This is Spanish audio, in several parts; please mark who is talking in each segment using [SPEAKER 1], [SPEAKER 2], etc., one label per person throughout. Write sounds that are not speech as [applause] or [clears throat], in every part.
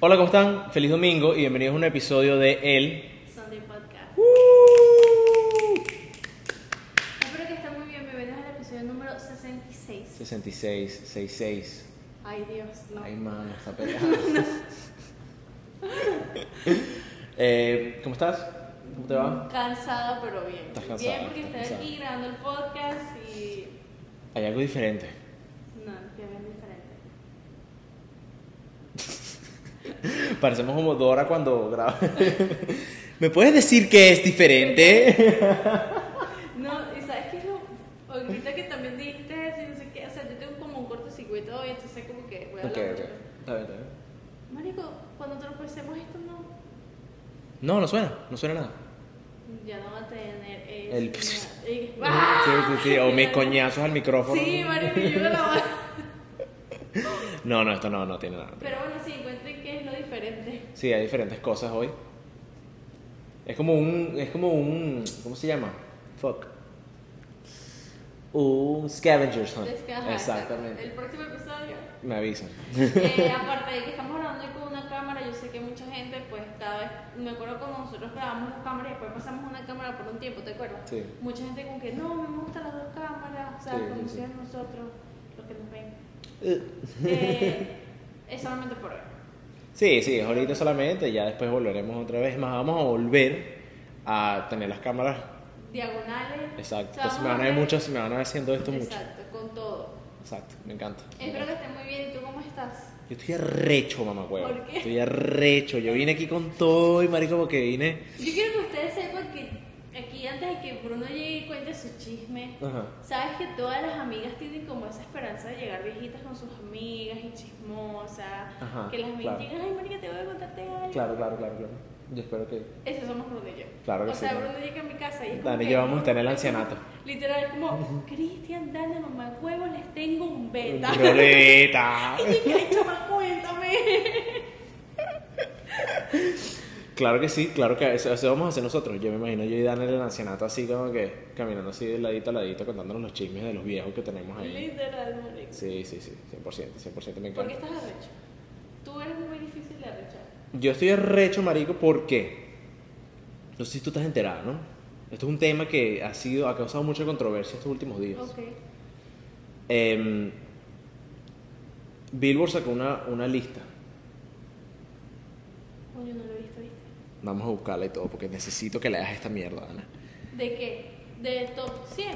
[SPEAKER 1] Hola, ¿cómo están? Feliz domingo y bienvenidos a un episodio de El.
[SPEAKER 2] Sunday Podcast. Espero que estén muy bien. Bienvenidos al episodio número 66.
[SPEAKER 1] 6666.
[SPEAKER 2] Ay, Dios, no.
[SPEAKER 1] Ay, mano, está
[SPEAKER 2] [laughs]
[SPEAKER 1] pegado. Eh, ¿Cómo estás? ¿Cómo te va?
[SPEAKER 2] Cansada, pero bien.
[SPEAKER 1] Estás cansada,
[SPEAKER 2] bien, porque estoy
[SPEAKER 1] estás
[SPEAKER 2] aquí grabando el podcast y.
[SPEAKER 1] Hay algo diferente.
[SPEAKER 2] No, que es diferente.
[SPEAKER 1] Parecemos como Dora cuando graba. [laughs] ¿Me puedes decir que es
[SPEAKER 2] [laughs]
[SPEAKER 1] diferente?
[SPEAKER 2] No, y sabes qué es lo. Ahorita que también dijiste eso y no sé qué. O sea, yo tengo como un cortocircuito hoy, entonces, como que voy a
[SPEAKER 1] Ok, ok.
[SPEAKER 2] hablar.
[SPEAKER 1] Está
[SPEAKER 2] mucho.
[SPEAKER 1] bien, está bien.
[SPEAKER 2] Marico, cuando tropecemos esto, no.
[SPEAKER 1] No, no suena, no suena nada.
[SPEAKER 2] Ya no va a tener. eh,
[SPEAKER 1] El-
[SPEAKER 2] señal. Y-
[SPEAKER 1] Sí,
[SPEAKER 2] ¡Ah!
[SPEAKER 1] sí, sí. O mis coñazos al micrófono.
[SPEAKER 2] Sí, marico, yo me la voy a-
[SPEAKER 1] [laughs] No, no, esto no, no tiene nada.
[SPEAKER 2] Pero bueno, sí, encuentren qué es lo diferente.
[SPEAKER 1] Sí, hay diferentes cosas hoy. Es como un. Es como un. ¿Cómo se llama? Fuck. Un scavenger's hunt.
[SPEAKER 2] Es que, ajá,
[SPEAKER 1] Exactamente.
[SPEAKER 2] El
[SPEAKER 1] [laughs]
[SPEAKER 2] próximo episodio.
[SPEAKER 1] Me avisan.
[SPEAKER 2] Eh, aparte de que estamos grabando hoy con una cámara, yo sé que mucha gente, pues cada vez, me acuerdo cuando nosotros grabamos las cámaras y después pasamos una cámara por un tiempo, ¿te acuerdas?
[SPEAKER 1] Sí.
[SPEAKER 2] Mucha gente como que no, me gustan las dos cámaras, o sea,
[SPEAKER 1] Sí, sí,
[SPEAKER 2] como
[SPEAKER 1] sí.
[SPEAKER 2] si es nosotros, los que nos ven. Eh, es solamente por hoy.
[SPEAKER 1] Sí, sí, es ahorita solamente. Ya después volveremos otra vez. Es Más vamos a volver a tener las cámaras.
[SPEAKER 2] Diagonales.
[SPEAKER 1] Exacto.
[SPEAKER 2] o sea,
[SPEAKER 1] Entonces me
[SPEAKER 2] vamos
[SPEAKER 1] van
[SPEAKER 2] a
[SPEAKER 1] a ver
[SPEAKER 2] ver-
[SPEAKER 1] muchas, me van a ver haciendo esto mucho.
[SPEAKER 2] Exacto, con todo.
[SPEAKER 1] Exacto, me encanta.
[SPEAKER 2] Espero que estés muy bien. ¿Y tú cómo estás?
[SPEAKER 1] Yo estoy arrecho, mamá huevo.
[SPEAKER 2] ¿Por qué?
[SPEAKER 1] Estoy arrecho. Yo vine aquí con todo y marico porque vine.
[SPEAKER 2] Yo quiero que ustedes sepan que aquí antes de que Bruno llegue y cuente su chisme,
[SPEAKER 1] Ajá.
[SPEAKER 2] sabes que todas las amigas tienen como esa esperanza de llegar viejitas con sus amigas y chismosas,
[SPEAKER 1] Ajá,
[SPEAKER 2] que las amigas
[SPEAKER 1] claro.
[SPEAKER 2] llegan, ay marica, te voy a contarte algo.
[SPEAKER 1] Claro, claro, claro, claro. Yo espero que.
[SPEAKER 2] Eso somos Bruno y yo.
[SPEAKER 1] Claro que
[SPEAKER 2] o
[SPEAKER 1] sí,
[SPEAKER 2] sea,
[SPEAKER 1] claro.
[SPEAKER 2] Bruno llega a mi casa y es como
[SPEAKER 1] Dani y
[SPEAKER 2] que-
[SPEAKER 1] yo vamos a estar en el ancianato.
[SPEAKER 2] Literal, es como, Cristian, Dani, mamá, huevo, les tengo un beta.
[SPEAKER 1] Violeta.
[SPEAKER 2] [laughs] y yo, que "Ay, chama, cuéntame.
[SPEAKER 1] Claro que sí, claro que eso, eso vamos a hacer nosotros. Yo me imagino yo y Dan en el ancianato así como que caminando así de ladito a ladito contándonos los chismes de los viejos que tenemos ahí.
[SPEAKER 2] Literal, marica.
[SPEAKER 1] Sí, sí, sí, 100%, 100% me
[SPEAKER 2] ¿Por
[SPEAKER 1] encanta.
[SPEAKER 2] qué estás arrecho? Tú eres muy difícil de arrechar.
[SPEAKER 1] Yo estoy arrecho, marico, ¿por qué? No sé si tú estás enterada, ¿no? Esto es un tema que ha sido ha causado mucha controversia estos últimos días.
[SPEAKER 2] Ok.
[SPEAKER 1] Em, Billboard sacó una, una lista.
[SPEAKER 2] Coño, no lo he visto, ¿viste?
[SPEAKER 1] Vamos a buscarla y todo porque necesito que le hagas esta mierda, Ana.
[SPEAKER 2] ¿De qué? De top 100.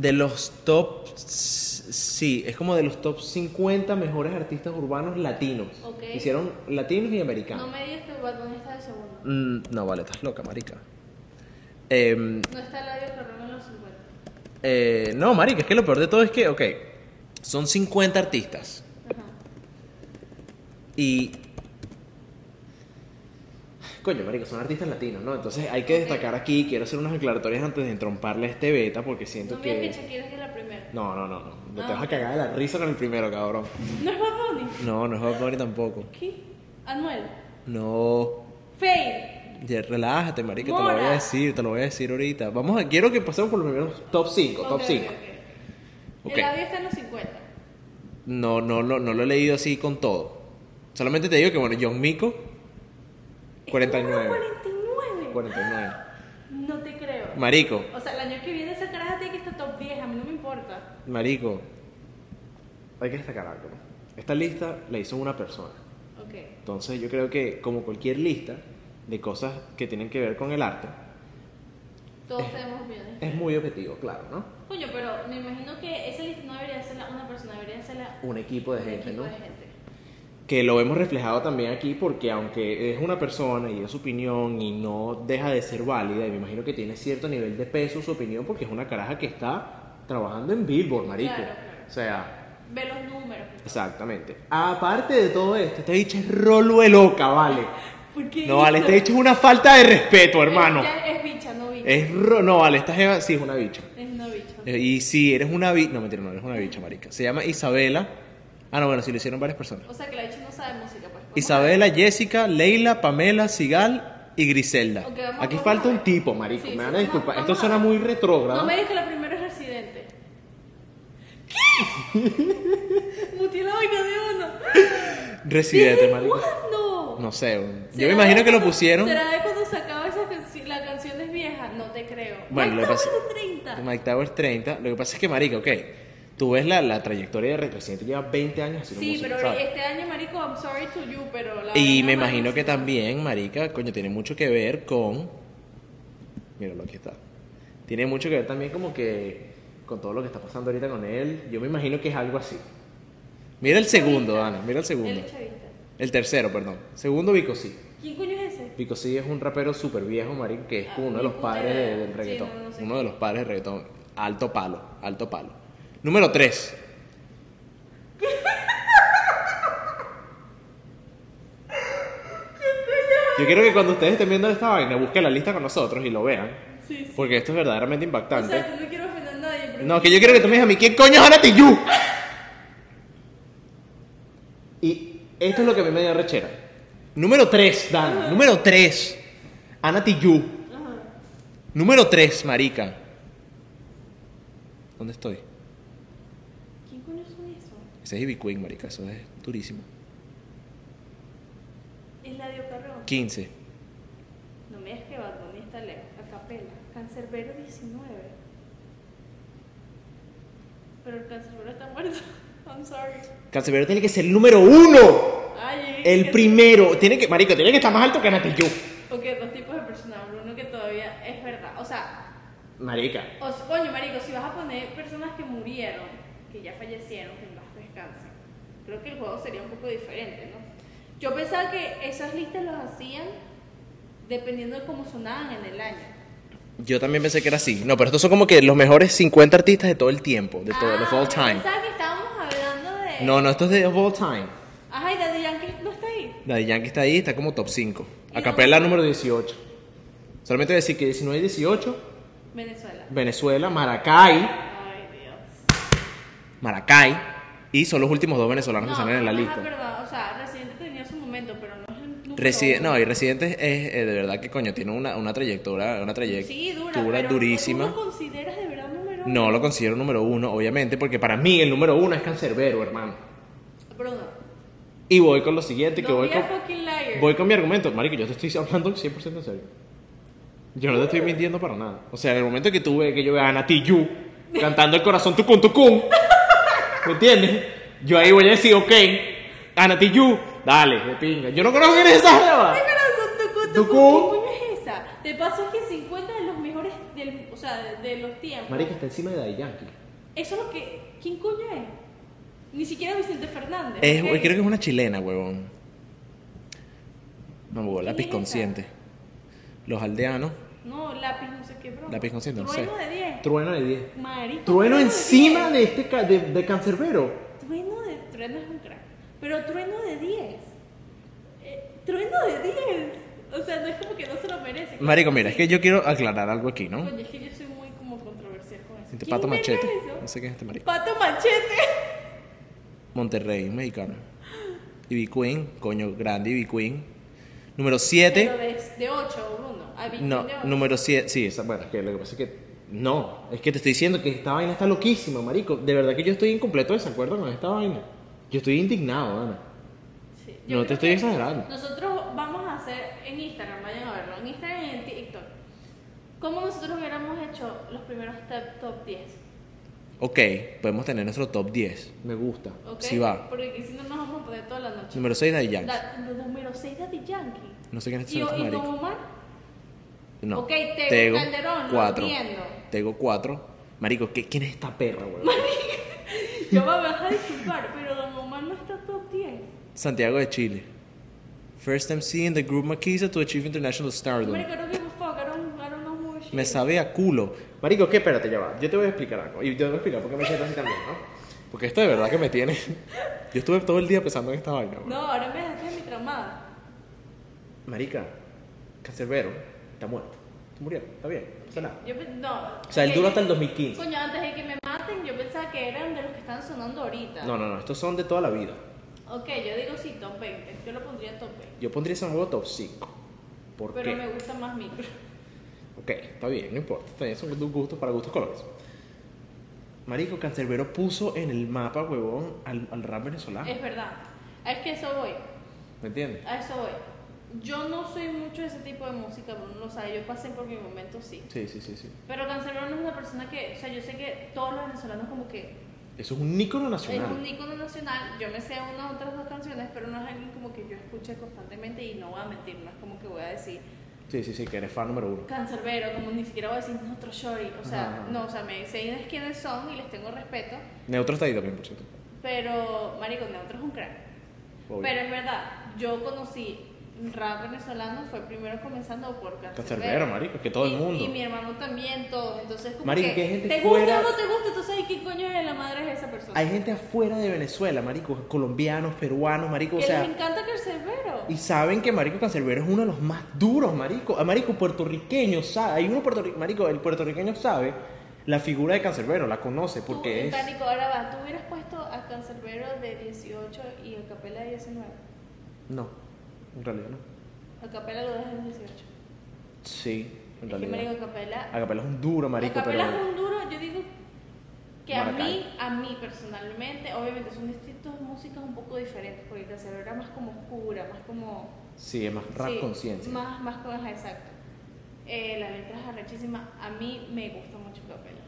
[SPEAKER 1] De los top. Sí, es como de los top 50 mejores artistas urbanos latinos.
[SPEAKER 2] Ok.
[SPEAKER 1] Hicieron latinos y
[SPEAKER 2] No
[SPEAKER 1] americanos.
[SPEAKER 2] me digas que Bad Bunny está de segundo.
[SPEAKER 1] Mm, no, vale, estás loca, marica. Em,
[SPEAKER 2] No está Eladio Carrón en los 50.
[SPEAKER 1] eh, no, marica, es que lo peor de todo es que, ok, son 50 artistas.
[SPEAKER 2] Ajá.
[SPEAKER 1] Y. Coño, marica, son artistas latinos, ¿no? Entonces hay que
[SPEAKER 2] Ok.
[SPEAKER 1] destacar aquí, quiero hacer unas declaratorias antes de entromparle a este beta porque siento
[SPEAKER 2] No me
[SPEAKER 1] que.
[SPEAKER 2] digas que Shakira es de la primera.
[SPEAKER 1] No, no, no, no. Te
[SPEAKER 2] Ah,
[SPEAKER 1] vas a
[SPEAKER 2] ok.
[SPEAKER 1] cagar de la risa con el primero, cabrón.
[SPEAKER 2] ¿No es Bad Bunny?
[SPEAKER 1] No, no es Bad Bunny tampoco.
[SPEAKER 2] ¿Qué? Anuel.
[SPEAKER 1] No.
[SPEAKER 2] Fail.
[SPEAKER 1] Ya, relájate, marica, te lo voy
[SPEAKER 2] Mora.
[SPEAKER 1] a decir, te lo voy a decir ahorita. Vamos a, quiero que pasemos por los primeros top 5, top 5. Ok.
[SPEAKER 2] Eladio está en los 50.
[SPEAKER 1] No, no, no, no lo he leído así con todo. Solamente te digo que, bueno, John Mico,
[SPEAKER 2] Es
[SPEAKER 1] 49.
[SPEAKER 2] número 49.
[SPEAKER 1] 49.
[SPEAKER 2] No te creo.
[SPEAKER 1] Marico,
[SPEAKER 2] O sea, el año que viene esa caraja tiene que estar top 10. A mí no me importa.
[SPEAKER 1] marico. Hay que destacar algo. ¿no? Esta lista la hizo una persona.
[SPEAKER 2] Ok.
[SPEAKER 1] Entonces yo creo que, como cualquier lista de cosas que tienen que ver con el arte, Eh.
[SPEAKER 2] Todos tenemos millones.
[SPEAKER 1] es muy objetivo, claro, ¿no?
[SPEAKER 2] Coño, pero me imagino que esa lista no debería hacerla una persona, debería hacerla
[SPEAKER 1] Un equipo de
[SPEAKER 2] un
[SPEAKER 1] gente, ¿no?
[SPEAKER 2] equipo de gente.
[SPEAKER 1] que lo hemos reflejado también aquí porque aunque es una persona y es su opinión y no deja de ser válida y me imagino que tiene cierto nivel de peso su opinión porque es una caraja que está trabajando en Billboard, marico.
[SPEAKER 2] Claro, claro.
[SPEAKER 1] O sea,
[SPEAKER 2] Ve los números.
[SPEAKER 1] exactamente. Aparte de todo esto, este bicho es rolo de loca, vale.
[SPEAKER 2] ¿Por qué
[SPEAKER 1] No vale,
[SPEAKER 2] eso?
[SPEAKER 1] este bicho es una falta de respeto, hermano.
[SPEAKER 2] Ya es bicha, no bicha.
[SPEAKER 1] Es ro- no vale, esta jeva sí es una bicha.
[SPEAKER 2] Es no bicha.
[SPEAKER 1] Eh, Y sí, eres una bicha, no mentira, no eres una bicha, marica. Se llama Isabela. Ah, no, bueno, sí lo hicieron varias personas.
[SPEAKER 2] O sea, que la bicha no sabe música, pues. Vamos
[SPEAKER 1] Isabela, Jessica, Leila, Pamela, Sigal y Griselda.
[SPEAKER 2] Ok, vamos-
[SPEAKER 1] Aquí
[SPEAKER 2] vamos
[SPEAKER 1] falta
[SPEAKER 2] a
[SPEAKER 1] un
[SPEAKER 2] ver.
[SPEAKER 1] tipo, marico.
[SPEAKER 2] Sí,
[SPEAKER 1] me
[SPEAKER 2] sí,
[SPEAKER 1] van a
[SPEAKER 2] vamos-
[SPEAKER 1] disculpar.
[SPEAKER 2] vamos
[SPEAKER 1] Esto
[SPEAKER 2] a
[SPEAKER 1] suena
[SPEAKER 2] ver.
[SPEAKER 1] muy
[SPEAKER 2] a ver.
[SPEAKER 1] retrógrado.
[SPEAKER 2] No me digas que la primera es residente. ¿Qué? Mutiló y no de uno.
[SPEAKER 1] Residente,
[SPEAKER 2] ¿Desde
[SPEAKER 1] marico.
[SPEAKER 2] ¿Cuándo?
[SPEAKER 1] No sé. un- Yo
[SPEAKER 2] ¿Será
[SPEAKER 1] me imagino
[SPEAKER 2] de
[SPEAKER 1] que lo
[SPEAKER 2] cuando-
[SPEAKER 1] pusieron.
[SPEAKER 2] ¿Será de cuando sacaba esa canción? La canción es vieja. No te creo.
[SPEAKER 1] Bueno, lo que
[SPEAKER 2] Mike
[SPEAKER 1] pasa-
[SPEAKER 2] Towers de 30.
[SPEAKER 1] Mike Towers 30. Lo que pasa es que, marica, ok. Tú ves la, la trayectoria de Residente, lleva 20 años haciendo
[SPEAKER 2] Sí,
[SPEAKER 1] música,
[SPEAKER 2] pero
[SPEAKER 1] ¿sabes?
[SPEAKER 2] este año, marico, I'm sorry to you, pero la
[SPEAKER 1] Y
[SPEAKER 2] verdad,
[SPEAKER 1] me
[SPEAKER 2] marico,
[SPEAKER 1] imagino que
[SPEAKER 2] sí.
[SPEAKER 1] también, marica, coño, tiene mucho que ver con... Míralo, aquí está. Tiene mucho que ver también como que con todo lo que está pasando ahorita con él. Yo me imagino que es algo así. Mira el segundo, Ana, mira el
[SPEAKER 2] Él
[SPEAKER 1] segundo.
[SPEAKER 2] es chavita.
[SPEAKER 1] El tercero, perdón. Segundo, Vico C.
[SPEAKER 2] ¿Quién coño es ese?
[SPEAKER 1] Vico C es un rapero súper viejo, marica, que es
[SPEAKER 2] Ah,
[SPEAKER 1] uno de
[SPEAKER 2] ni
[SPEAKER 1] los
[SPEAKER 2] puta
[SPEAKER 1] padres
[SPEAKER 2] idea.
[SPEAKER 1] de- del
[SPEAKER 2] Sí,
[SPEAKER 1] reggaetón.
[SPEAKER 2] no, no sé
[SPEAKER 1] Uno de los padres del reggaetón. Alto palo, alto palo. Número 3. Yo quiero que cuando ustedes estén viendo esta vaina, busquen la lista con nosotros y lo vean.
[SPEAKER 2] Sí, sí.
[SPEAKER 1] Porque esto es verdaderamente
[SPEAKER 2] O
[SPEAKER 1] impactante.
[SPEAKER 2] sea, yo no quiero ofender a nadie. pero-
[SPEAKER 1] No, que yo quiero que tú me digas a mí, ¿quién coño es Ana Tijoux? Y esto es lo que a mí me dio rechera. Número 3, Dana. Número 3. Ana Tijoux.
[SPEAKER 2] Ajá.
[SPEAKER 1] Número 3, marica. ¿Dónde estoy?
[SPEAKER 2] ¿Quién coño son eso?
[SPEAKER 1] Ese es Ivy Queen, marica. Eso es durísimo.
[SPEAKER 2] Es la de Ocarrón.
[SPEAKER 1] 15.
[SPEAKER 2] No me digas que Bad Bunny está lejos. Acapela. Cancerbero 19. Pero el cancerbero está muerto. [laughs] I'm sorry.
[SPEAKER 1] Cancerbero tiene que ser el número 1.
[SPEAKER 2] Ay,
[SPEAKER 1] El
[SPEAKER 2] que-
[SPEAKER 1] primero. Tiene que, marica, tiene que estar más alto que Ana Tijoux.
[SPEAKER 2] Porque dos tipos de personas. Uno que todavía es verdad. O sea,
[SPEAKER 1] Marica.
[SPEAKER 2] o sea, coño, marico, si vas a poner personas que murieron, que ya fallecieron, que en paz descansen, creo que el juego sería un poco diferente, ¿no? Yo pensaba que esas listas los hacían dependiendo de cómo sonaban en el año.
[SPEAKER 1] Yo también pensé que era así. No, pero estos son como que los mejores 50 artistas de todo el tiempo, de todo,
[SPEAKER 2] Ah,
[SPEAKER 1] los all time.
[SPEAKER 2] Pensaba que estábamos hablando de.
[SPEAKER 1] No, no, esto es de of all time.
[SPEAKER 2] Ajá, y Daddy Yankee no está ahí.
[SPEAKER 1] Daddy Yankee está ahí, está como top 5.
[SPEAKER 2] ¿Y
[SPEAKER 1] Acapella
[SPEAKER 2] dónde?
[SPEAKER 1] número 18. Solamente decir que 19 y 18,
[SPEAKER 2] Venezuela.
[SPEAKER 1] Venezuela, Maracay,
[SPEAKER 2] Ay, Dios.
[SPEAKER 1] Maracay, y son los últimos dos venezolanos que salen en la
[SPEAKER 2] ajá,
[SPEAKER 1] lista.
[SPEAKER 2] perdón, o sea, Residente tenía su momento, pero no es el número
[SPEAKER 1] Reside-
[SPEAKER 2] uno.
[SPEAKER 1] no, y Residentes es eh, de verdad que coño, tiene una, una trayectoria, una
[SPEAKER 2] Sí, dura,
[SPEAKER 1] trayectoria
[SPEAKER 2] pero
[SPEAKER 1] durísima.
[SPEAKER 2] ¿Tú lo consideras de verdad número uno?
[SPEAKER 1] No lo considero número uno, obviamente, porque para mí el número uno es Cancerbero, hermano.
[SPEAKER 2] Perdón.
[SPEAKER 1] Y voy con lo siguiente, que voy
[SPEAKER 2] Don't be a
[SPEAKER 1] con...
[SPEAKER 2] fucking liar.
[SPEAKER 1] Voy con mi argumento, marico, yo te estoy hablando 100% en serio. Yo no te estoy mintiendo para nada. O sea, en el momento que tú ves que yo vea a Ana Tijoux cantando el corazón tucum tucum, ¿me entiendes? Yo ahí voy a decir, ok, Ana Tijoux, dale, de pinga. Yo no conozco quién es esa jeva.
[SPEAKER 2] Ay, corazón, tucú, tucú,
[SPEAKER 1] Tucú.
[SPEAKER 2] ¿Qué coño es esa? De paso es que 50 de los mejores, del, o sea, de, de los tiempos.
[SPEAKER 1] Marica, está encima de Daddy Yankee.
[SPEAKER 2] Eso es lo que. ¿Quién coño es? Ni siquiera Vicente Fernández.
[SPEAKER 1] Es,
[SPEAKER 2] ¿ok?
[SPEAKER 1] Creo que es una chilena, huevón. No, huevón, lápiz
[SPEAKER 2] ¿Quién es esa?
[SPEAKER 1] consciente. Los aldeanos,
[SPEAKER 2] No, lápiz, no sé qué, bro.
[SPEAKER 1] lápiz consciente, no sé.
[SPEAKER 2] Trueno de 10.
[SPEAKER 1] Trueno de 10.
[SPEAKER 2] Marico,
[SPEAKER 1] Trueno
[SPEAKER 2] de
[SPEAKER 1] encima
[SPEAKER 2] 10.
[SPEAKER 1] de este ca- de, de Cancerbero.
[SPEAKER 2] Trueno de. Trueno es un crack. Pero trueno de 10. Eh, trueno de 10. O sea, no es como que no se lo merece.
[SPEAKER 1] Marico, mira, es que yo quiero aclarar algo aquí, ¿no?
[SPEAKER 2] Coño, es que yo soy muy como controversial con eso.
[SPEAKER 1] Este
[SPEAKER 2] ¿Quién
[SPEAKER 1] pato
[SPEAKER 2] verga
[SPEAKER 1] machete.
[SPEAKER 2] es eso?
[SPEAKER 1] No sé quién es este marico.
[SPEAKER 2] Pato machete.
[SPEAKER 1] Monterrey, un mexicano. Ivy Queen, coño, grande Ivy Queen. Número
[SPEAKER 2] Pero
[SPEAKER 1] 7.
[SPEAKER 2] de, de 8 o 1.
[SPEAKER 1] No, número 7. Sí, esa, bueno, es que lo que pasa es que. No, es que te estoy diciendo que esta vaina está loquísima, marico. De verdad que yo estoy en completo desacuerdo con esta vaina. Yo estoy indignado, Ana. No, te estoy exagerando.
[SPEAKER 2] Nosotros vamos a hacer en Instagram, vayan a verlo, en Instagram y en TikTok. ¿Cómo nosotros hubiéramos hecho los primeros top, top 10?
[SPEAKER 1] Ok, podemos tener nuestro top 10.
[SPEAKER 3] Me gusta.
[SPEAKER 2] ¿ok?
[SPEAKER 1] Sí va.
[SPEAKER 2] Porque aquí si no nos vamos a poner toda la noche.
[SPEAKER 1] Número 6, Daddy Yankee.
[SPEAKER 2] Da- número 6 Daddy Yankee.
[SPEAKER 1] No sé quién es
[SPEAKER 2] Y,
[SPEAKER 1] este
[SPEAKER 2] y Don
[SPEAKER 1] marico.
[SPEAKER 2] Omar.
[SPEAKER 1] No.
[SPEAKER 2] Ok, Tego Calderón, lo
[SPEAKER 1] 4.
[SPEAKER 2] entiendo.
[SPEAKER 1] Tego 4. Marico, ¿qué- ¿quién es esta perra, weón?
[SPEAKER 2] [laughs] Yo me vas a disculpar, pero Don Omar no está top 10.
[SPEAKER 1] Santiago de Chile. First MC in the group Maquisa to achieve international stardom.
[SPEAKER 2] Marico, no give a fuck, I don't, I don't know who she
[SPEAKER 1] Me
[SPEAKER 2] is.
[SPEAKER 1] sabe a culo.
[SPEAKER 3] Marico, ¿qué? Espérate, ya va. Yo te voy a explicar algo. Y te voy a explicar por qué me siento así también, ¿no?
[SPEAKER 1] Porque esto de verdad que me
[SPEAKER 3] [laughs]
[SPEAKER 1] tiene. Yo estuve todo el día pensando en esta vaina, güey.
[SPEAKER 2] No, ahora me dejaste mi tramada.
[SPEAKER 3] Marica, Cancerbero está muerto. Está muriendo, está bien. No pasa nada.
[SPEAKER 2] Yo, pe- no.
[SPEAKER 3] O sea, él
[SPEAKER 2] ok,
[SPEAKER 3] duró
[SPEAKER 2] yo-
[SPEAKER 3] hasta el 2015.
[SPEAKER 2] Coño, antes de que me maten, yo pensaba que eran de los que están sonando ahorita.
[SPEAKER 3] No, no, no. Estos son de toda la vida.
[SPEAKER 2] Ok, yo digo sí, top 20. Yo lo pondría top 20.
[SPEAKER 3] Yo pondría ese juego top 5. ¿Por
[SPEAKER 2] Pero
[SPEAKER 3] qué?
[SPEAKER 2] me gusta más micro.
[SPEAKER 3] Ok, está bien, no importa. Está bien, son gustos para gustos colores. Marico, Cancerbero puso en el mapa,
[SPEAKER 2] Eh.
[SPEAKER 3] huevón, al, al rap venezolano.
[SPEAKER 2] Es verdad. Es que eso voy.
[SPEAKER 3] ¿Me entiendes?
[SPEAKER 2] A eso voy. Yo no soy mucho de ese tipo de música, Bruno lo sabe, yo pasé por mi momento sí.
[SPEAKER 1] Sí, sí, sí, sí.
[SPEAKER 2] Pero Cancerbero no es una persona que, o sea, yo sé que todos los venezolanos como que
[SPEAKER 1] Eso es un ícono
[SPEAKER 2] es
[SPEAKER 1] nacional.
[SPEAKER 2] un ícono nacional, yo me sé unas otras dos canciones, pero no es alguien como que yo escuche constantemente y no voy a mentir, no es como que voy a decir
[SPEAKER 1] Sí, sí, sí, que eres fan número uno.
[SPEAKER 2] cancerbero, como ni siquiera voy a decir otro shorty, o sea,
[SPEAKER 1] Ajá.
[SPEAKER 2] no, o sea, me sé quiénes son y les tengo respeto,
[SPEAKER 1] Neutro está ahí también, por cierto.
[SPEAKER 2] pero Marico Neutro es un crack.
[SPEAKER 1] Obvio.
[SPEAKER 2] Pero es verdad, yo conocí rap venezolano, fue primero comenzando por Cancerbero.
[SPEAKER 1] Cancerbero, marico, que todo el
[SPEAKER 2] Y-
[SPEAKER 1] mundo.
[SPEAKER 2] Y, mi hermano también, todos. Entonces, como
[SPEAKER 1] Marico,
[SPEAKER 2] que,
[SPEAKER 1] que hay gente
[SPEAKER 2] te
[SPEAKER 1] fuera-
[SPEAKER 2] gusta o no te gusta, tú sabes qué coño de la madre es esa persona.
[SPEAKER 1] Hay gente afuera de Venezuela, marico, colombianos, peruanos, marico,
[SPEAKER 2] que
[SPEAKER 1] o sea.
[SPEAKER 2] les encanta Cancerbero.
[SPEAKER 1] Y saben que Marico Cancerbero es uno de los más duros, Marico. A Marico puertorriqueño sabe. Hay uno puertorriqueño, Marico, el puertorriqueño sabe la figura de Cancerbero, la conoce porque
[SPEAKER 2] tú,
[SPEAKER 1] es.
[SPEAKER 2] Tánico, ahora va, tú hubieras puesto a Cancerbero de 18 y a Capela de 19.
[SPEAKER 1] No, en realidad no.
[SPEAKER 2] A Capela lo dejas en 18.
[SPEAKER 1] Sí, en
[SPEAKER 2] Es que
[SPEAKER 1] realidad.
[SPEAKER 2] Marico Capela.
[SPEAKER 1] Acapela es un duro, Marico, pero.
[SPEAKER 2] Capela es un duro, yo digo que a
[SPEAKER 1] Maracay.
[SPEAKER 2] mí, a mí personalmente, obviamente son distintos músicas un poco diferentes, porque Cancerbero era más como oscura, más como.
[SPEAKER 1] Sí, es más rap
[SPEAKER 2] Sí,
[SPEAKER 1] conciencia.
[SPEAKER 2] Más, más cosas, exacto. Eh, la letra es arrechísima. A mí me gusta mucho Capela.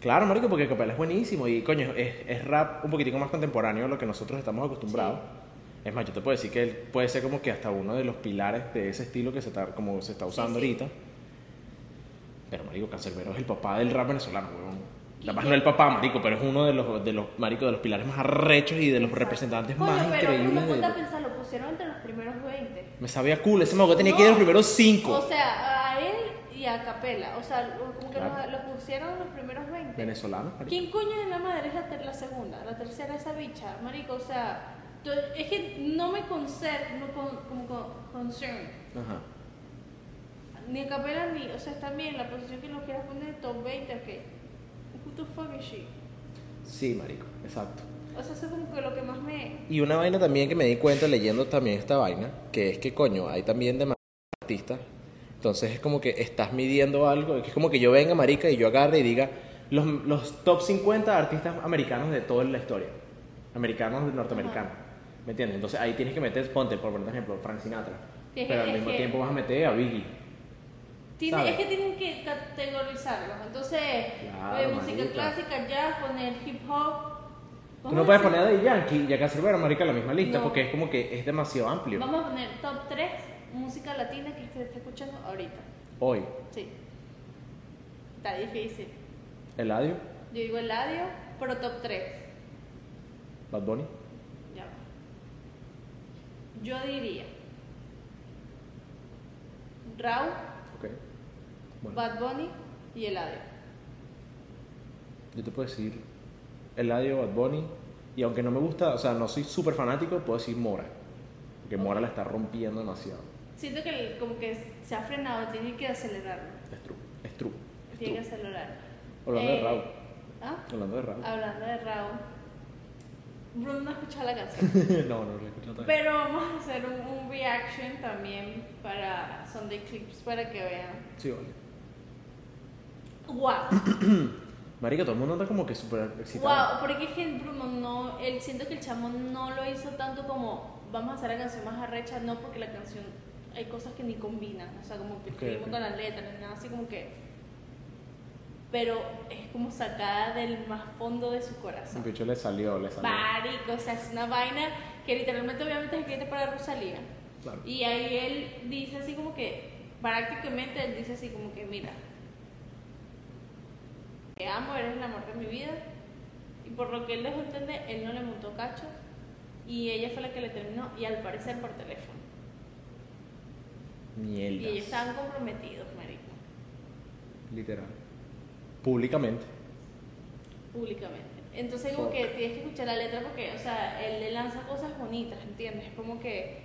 [SPEAKER 1] Claro, Marico, porque Acapela es buenísimo y coño, es, es rap un poquitico más contemporáneo a lo que nosotros estamos acostumbrados. Es más, yo te puedo decir que él puede ser como que hasta uno de los pilares de ese estilo que se está, como se está usando
[SPEAKER 2] sí.
[SPEAKER 1] ahorita. Pero Marico, Cancerbero es el papá del rap venezolano, weón. La
[SPEAKER 2] Y
[SPEAKER 1] más
[SPEAKER 2] que-
[SPEAKER 1] no el papá, Marico, pero es uno de los, de los, Marico, de los pilares más arrechos y de los representantes
[SPEAKER 2] Coño,
[SPEAKER 1] más
[SPEAKER 2] pero
[SPEAKER 1] increíbles.
[SPEAKER 2] uno ponte a
[SPEAKER 1] de-
[SPEAKER 2] pensar, lo pusieron entre los primeros 20.
[SPEAKER 1] Me sabía cool, ese mago tenía que ir de los
[SPEAKER 2] No.
[SPEAKER 1] primeros cinco.
[SPEAKER 2] O sea, a él y a Capela. O sea, lo- como que
[SPEAKER 1] Claro.
[SPEAKER 2] los, los pusieron los primeros 20.
[SPEAKER 1] Venezolano, Marico.
[SPEAKER 2] ¿Quién coño de la madre es la, ter- la segunda? La tercera esa bicha, marico. O sea, yo- es que no me concern, no con, como con- concern.
[SPEAKER 1] Ajá.
[SPEAKER 2] Ni a Capela ni, o sea, está bien, la posición que lo quieras poner top 20, ok. Who the fuck is she?
[SPEAKER 1] Sí, Marico, exacto.
[SPEAKER 2] O sea, eso es como que lo que más me...
[SPEAKER 1] Y una vaina también que me di cuenta leyendo también esta vaina, que es que coño, hay también demasiados artistas. Entonces es como que estás midiendo algo, que es como que yo venga, marica, y yo agarre y diga los, los top 50 artistas americanos de toda la historia. Americanos, norteamericanos. ¿Me entiendes? Entonces ahí tienes que meter, ponte, por poner un ejemplo, Frank Sinatra.
[SPEAKER 2] Tienes
[SPEAKER 1] Pero
[SPEAKER 2] que-
[SPEAKER 1] al mismo
[SPEAKER 2] que-
[SPEAKER 1] tiempo vas a meter a Biggie.
[SPEAKER 2] Tiene-
[SPEAKER 1] ¿Sabes?
[SPEAKER 2] es que tienen que categorizarlos. Entonces,
[SPEAKER 1] Claro,
[SPEAKER 2] eh, música
[SPEAKER 1] marica.
[SPEAKER 2] clásica, jazz, poner hip hop.
[SPEAKER 1] Tú
[SPEAKER 2] Vamos
[SPEAKER 1] no
[SPEAKER 2] a
[SPEAKER 1] puedes
[SPEAKER 2] decir-
[SPEAKER 1] poner a Daddy Yankee y a Canserbero, marica, en la misma lista,
[SPEAKER 2] No.
[SPEAKER 1] porque es como que es demasiado amplio.
[SPEAKER 2] Vamos a poner top 3 música latina que se está escuchando ahorita.
[SPEAKER 1] Hoy,
[SPEAKER 2] Sí. Está difícil.
[SPEAKER 1] Eladio,
[SPEAKER 2] Yo digo Eladio, pero top 3.
[SPEAKER 1] Bad Bunny,
[SPEAKER 2] Ya va. Yo diría Raúl,
[SPEAKER 1] ok. Bueno.
[SPEAKER 2] Bad Bunny y Eladio.
[SPEAKER 1] Yo te puedo decir Eladio, Bad Bunny. Y aunque no me gusta, o sea, no soy súper fanático, puedo decir Mora. Porque Mora la está rompiendo demasiado.
[SPEAKER 2] Siento que el- como que se ha frenado, tiene que acelerarlo.
[SPEAKER 1] Es true. Es true. Es
[SPEAKER 2] Tiene que
[SPEAKER 1] true.
[SPEAKER 2] acelerar.
[SPEAKER 1] Hablando de Raúl.
[SPEAKER 2] ¿Ah?
[SPEAKER 1] Hablando de Raúl.
[SPEAKER 2] Hablando de Raúl. Bruno no escucha
[SPEAKER 1] [laughs]
[SPEAKER 2] la
[SPEAKER 1] [laughs]
[SPEAKER 2] canción.
[SPEAKER 1] no, no lo he escuchado todavía.
[SPEAKER 2] Pero vamos a hacer un, un reaction también para Sunday Clips para que vean.
[SPEAKER 1] Sí, vale.
[SPEAKER 2] ¡Wow!
[SPEAKER 1] Marica, todo el mundo anda como que súper excitado.
[SPEAKER 2] Wow, porque es que Bruno no, él siento que el chamo no lo hizo tanto como vamos a hacer la canción más arrecha, no porque la canción hay cosas que ni combinan, o sea, como que
[SPEAKER 1] Ok,
[SPEAKER 2] escribimos
[SPEAKER 1] ok.
[SPEAKER 2] con las letras, ni nada así como que pero es como sacada del más fondo de su
[SPEAKER 1] El
[SPEAKER 2] corazón.
[SPEAKER 1] bicho le salió, le salió.
[SPEAKER 2] Marico, o sea, es una vaina que literalmente obviamente es escrita para Rosalía.
[SPEAKER 1] Claro.
[SPEAKER 2] Y ahí él dice así como que, prácticamente él dice así como que, mira, te amo, eres el amor de mi vida. Y por lo que él dejó entender, él no le montó cacho y ella fue la que le terminó y al parecer por teléfono. Y ellos
[SPEAKER 1] Mierda.
[SPEAKER 2] estaban comprometidos, marico,
[SPEAKER 1] Literal. Públicamente.
[SPEAKER 2] públicamente. Entonces como
[SPEAKER 1] Fuck.
[SPEAKER 2] que tienes que escuchar la letra porque, o sea, él le lanza cosas bonitas, ¿entiendes? Es como que...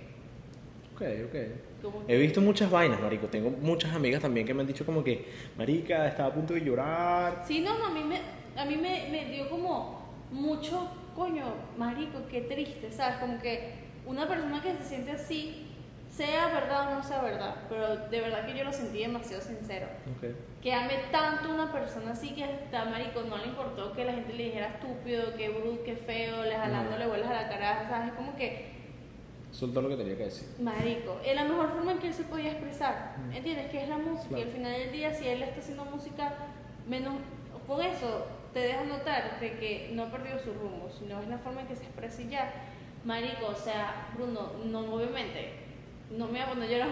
[SPEAKER 1] Ok, ok.
[SPEAKER 2] Como que
[SPEAKER 1] He visto muchas vainas, marico. Tengo muchas amigas también que me han dicho como que, marica, estaba a punto de llorar.
[SPEAKER 2] Sí, no, no, a mí me, a mí me, me dio como mucho, coño, marico, qué triste, ¿sabes? Como que una persona que se siente así, sea verdad o no sea verdad, pero de verdad que yo lo sentí demasiado sincero.
[SPEAKER 1] Ok.
[SPEAKER 2] Que ame tanto a una persona así que hasta marico no le importó que la gente le dijera estúpido, que bruto, que feo, le jalándole vuelas a la cara, ¿sabes? Como que
[SPEAKER 1] Soltó lo que tenía que decir.
[SPEAKER 2] Marico, es la mejor forma en que él se podía expresar. ¿Entiendes? Que es la música. Y al final del día, si él está haciendo música, menos. Con eso, te deja notar de que no perdió su rumbo, sino es la forma en que se expresa y ya. Marico, o sea, Bruno, no, obviamente, no me voy a poner a llorar.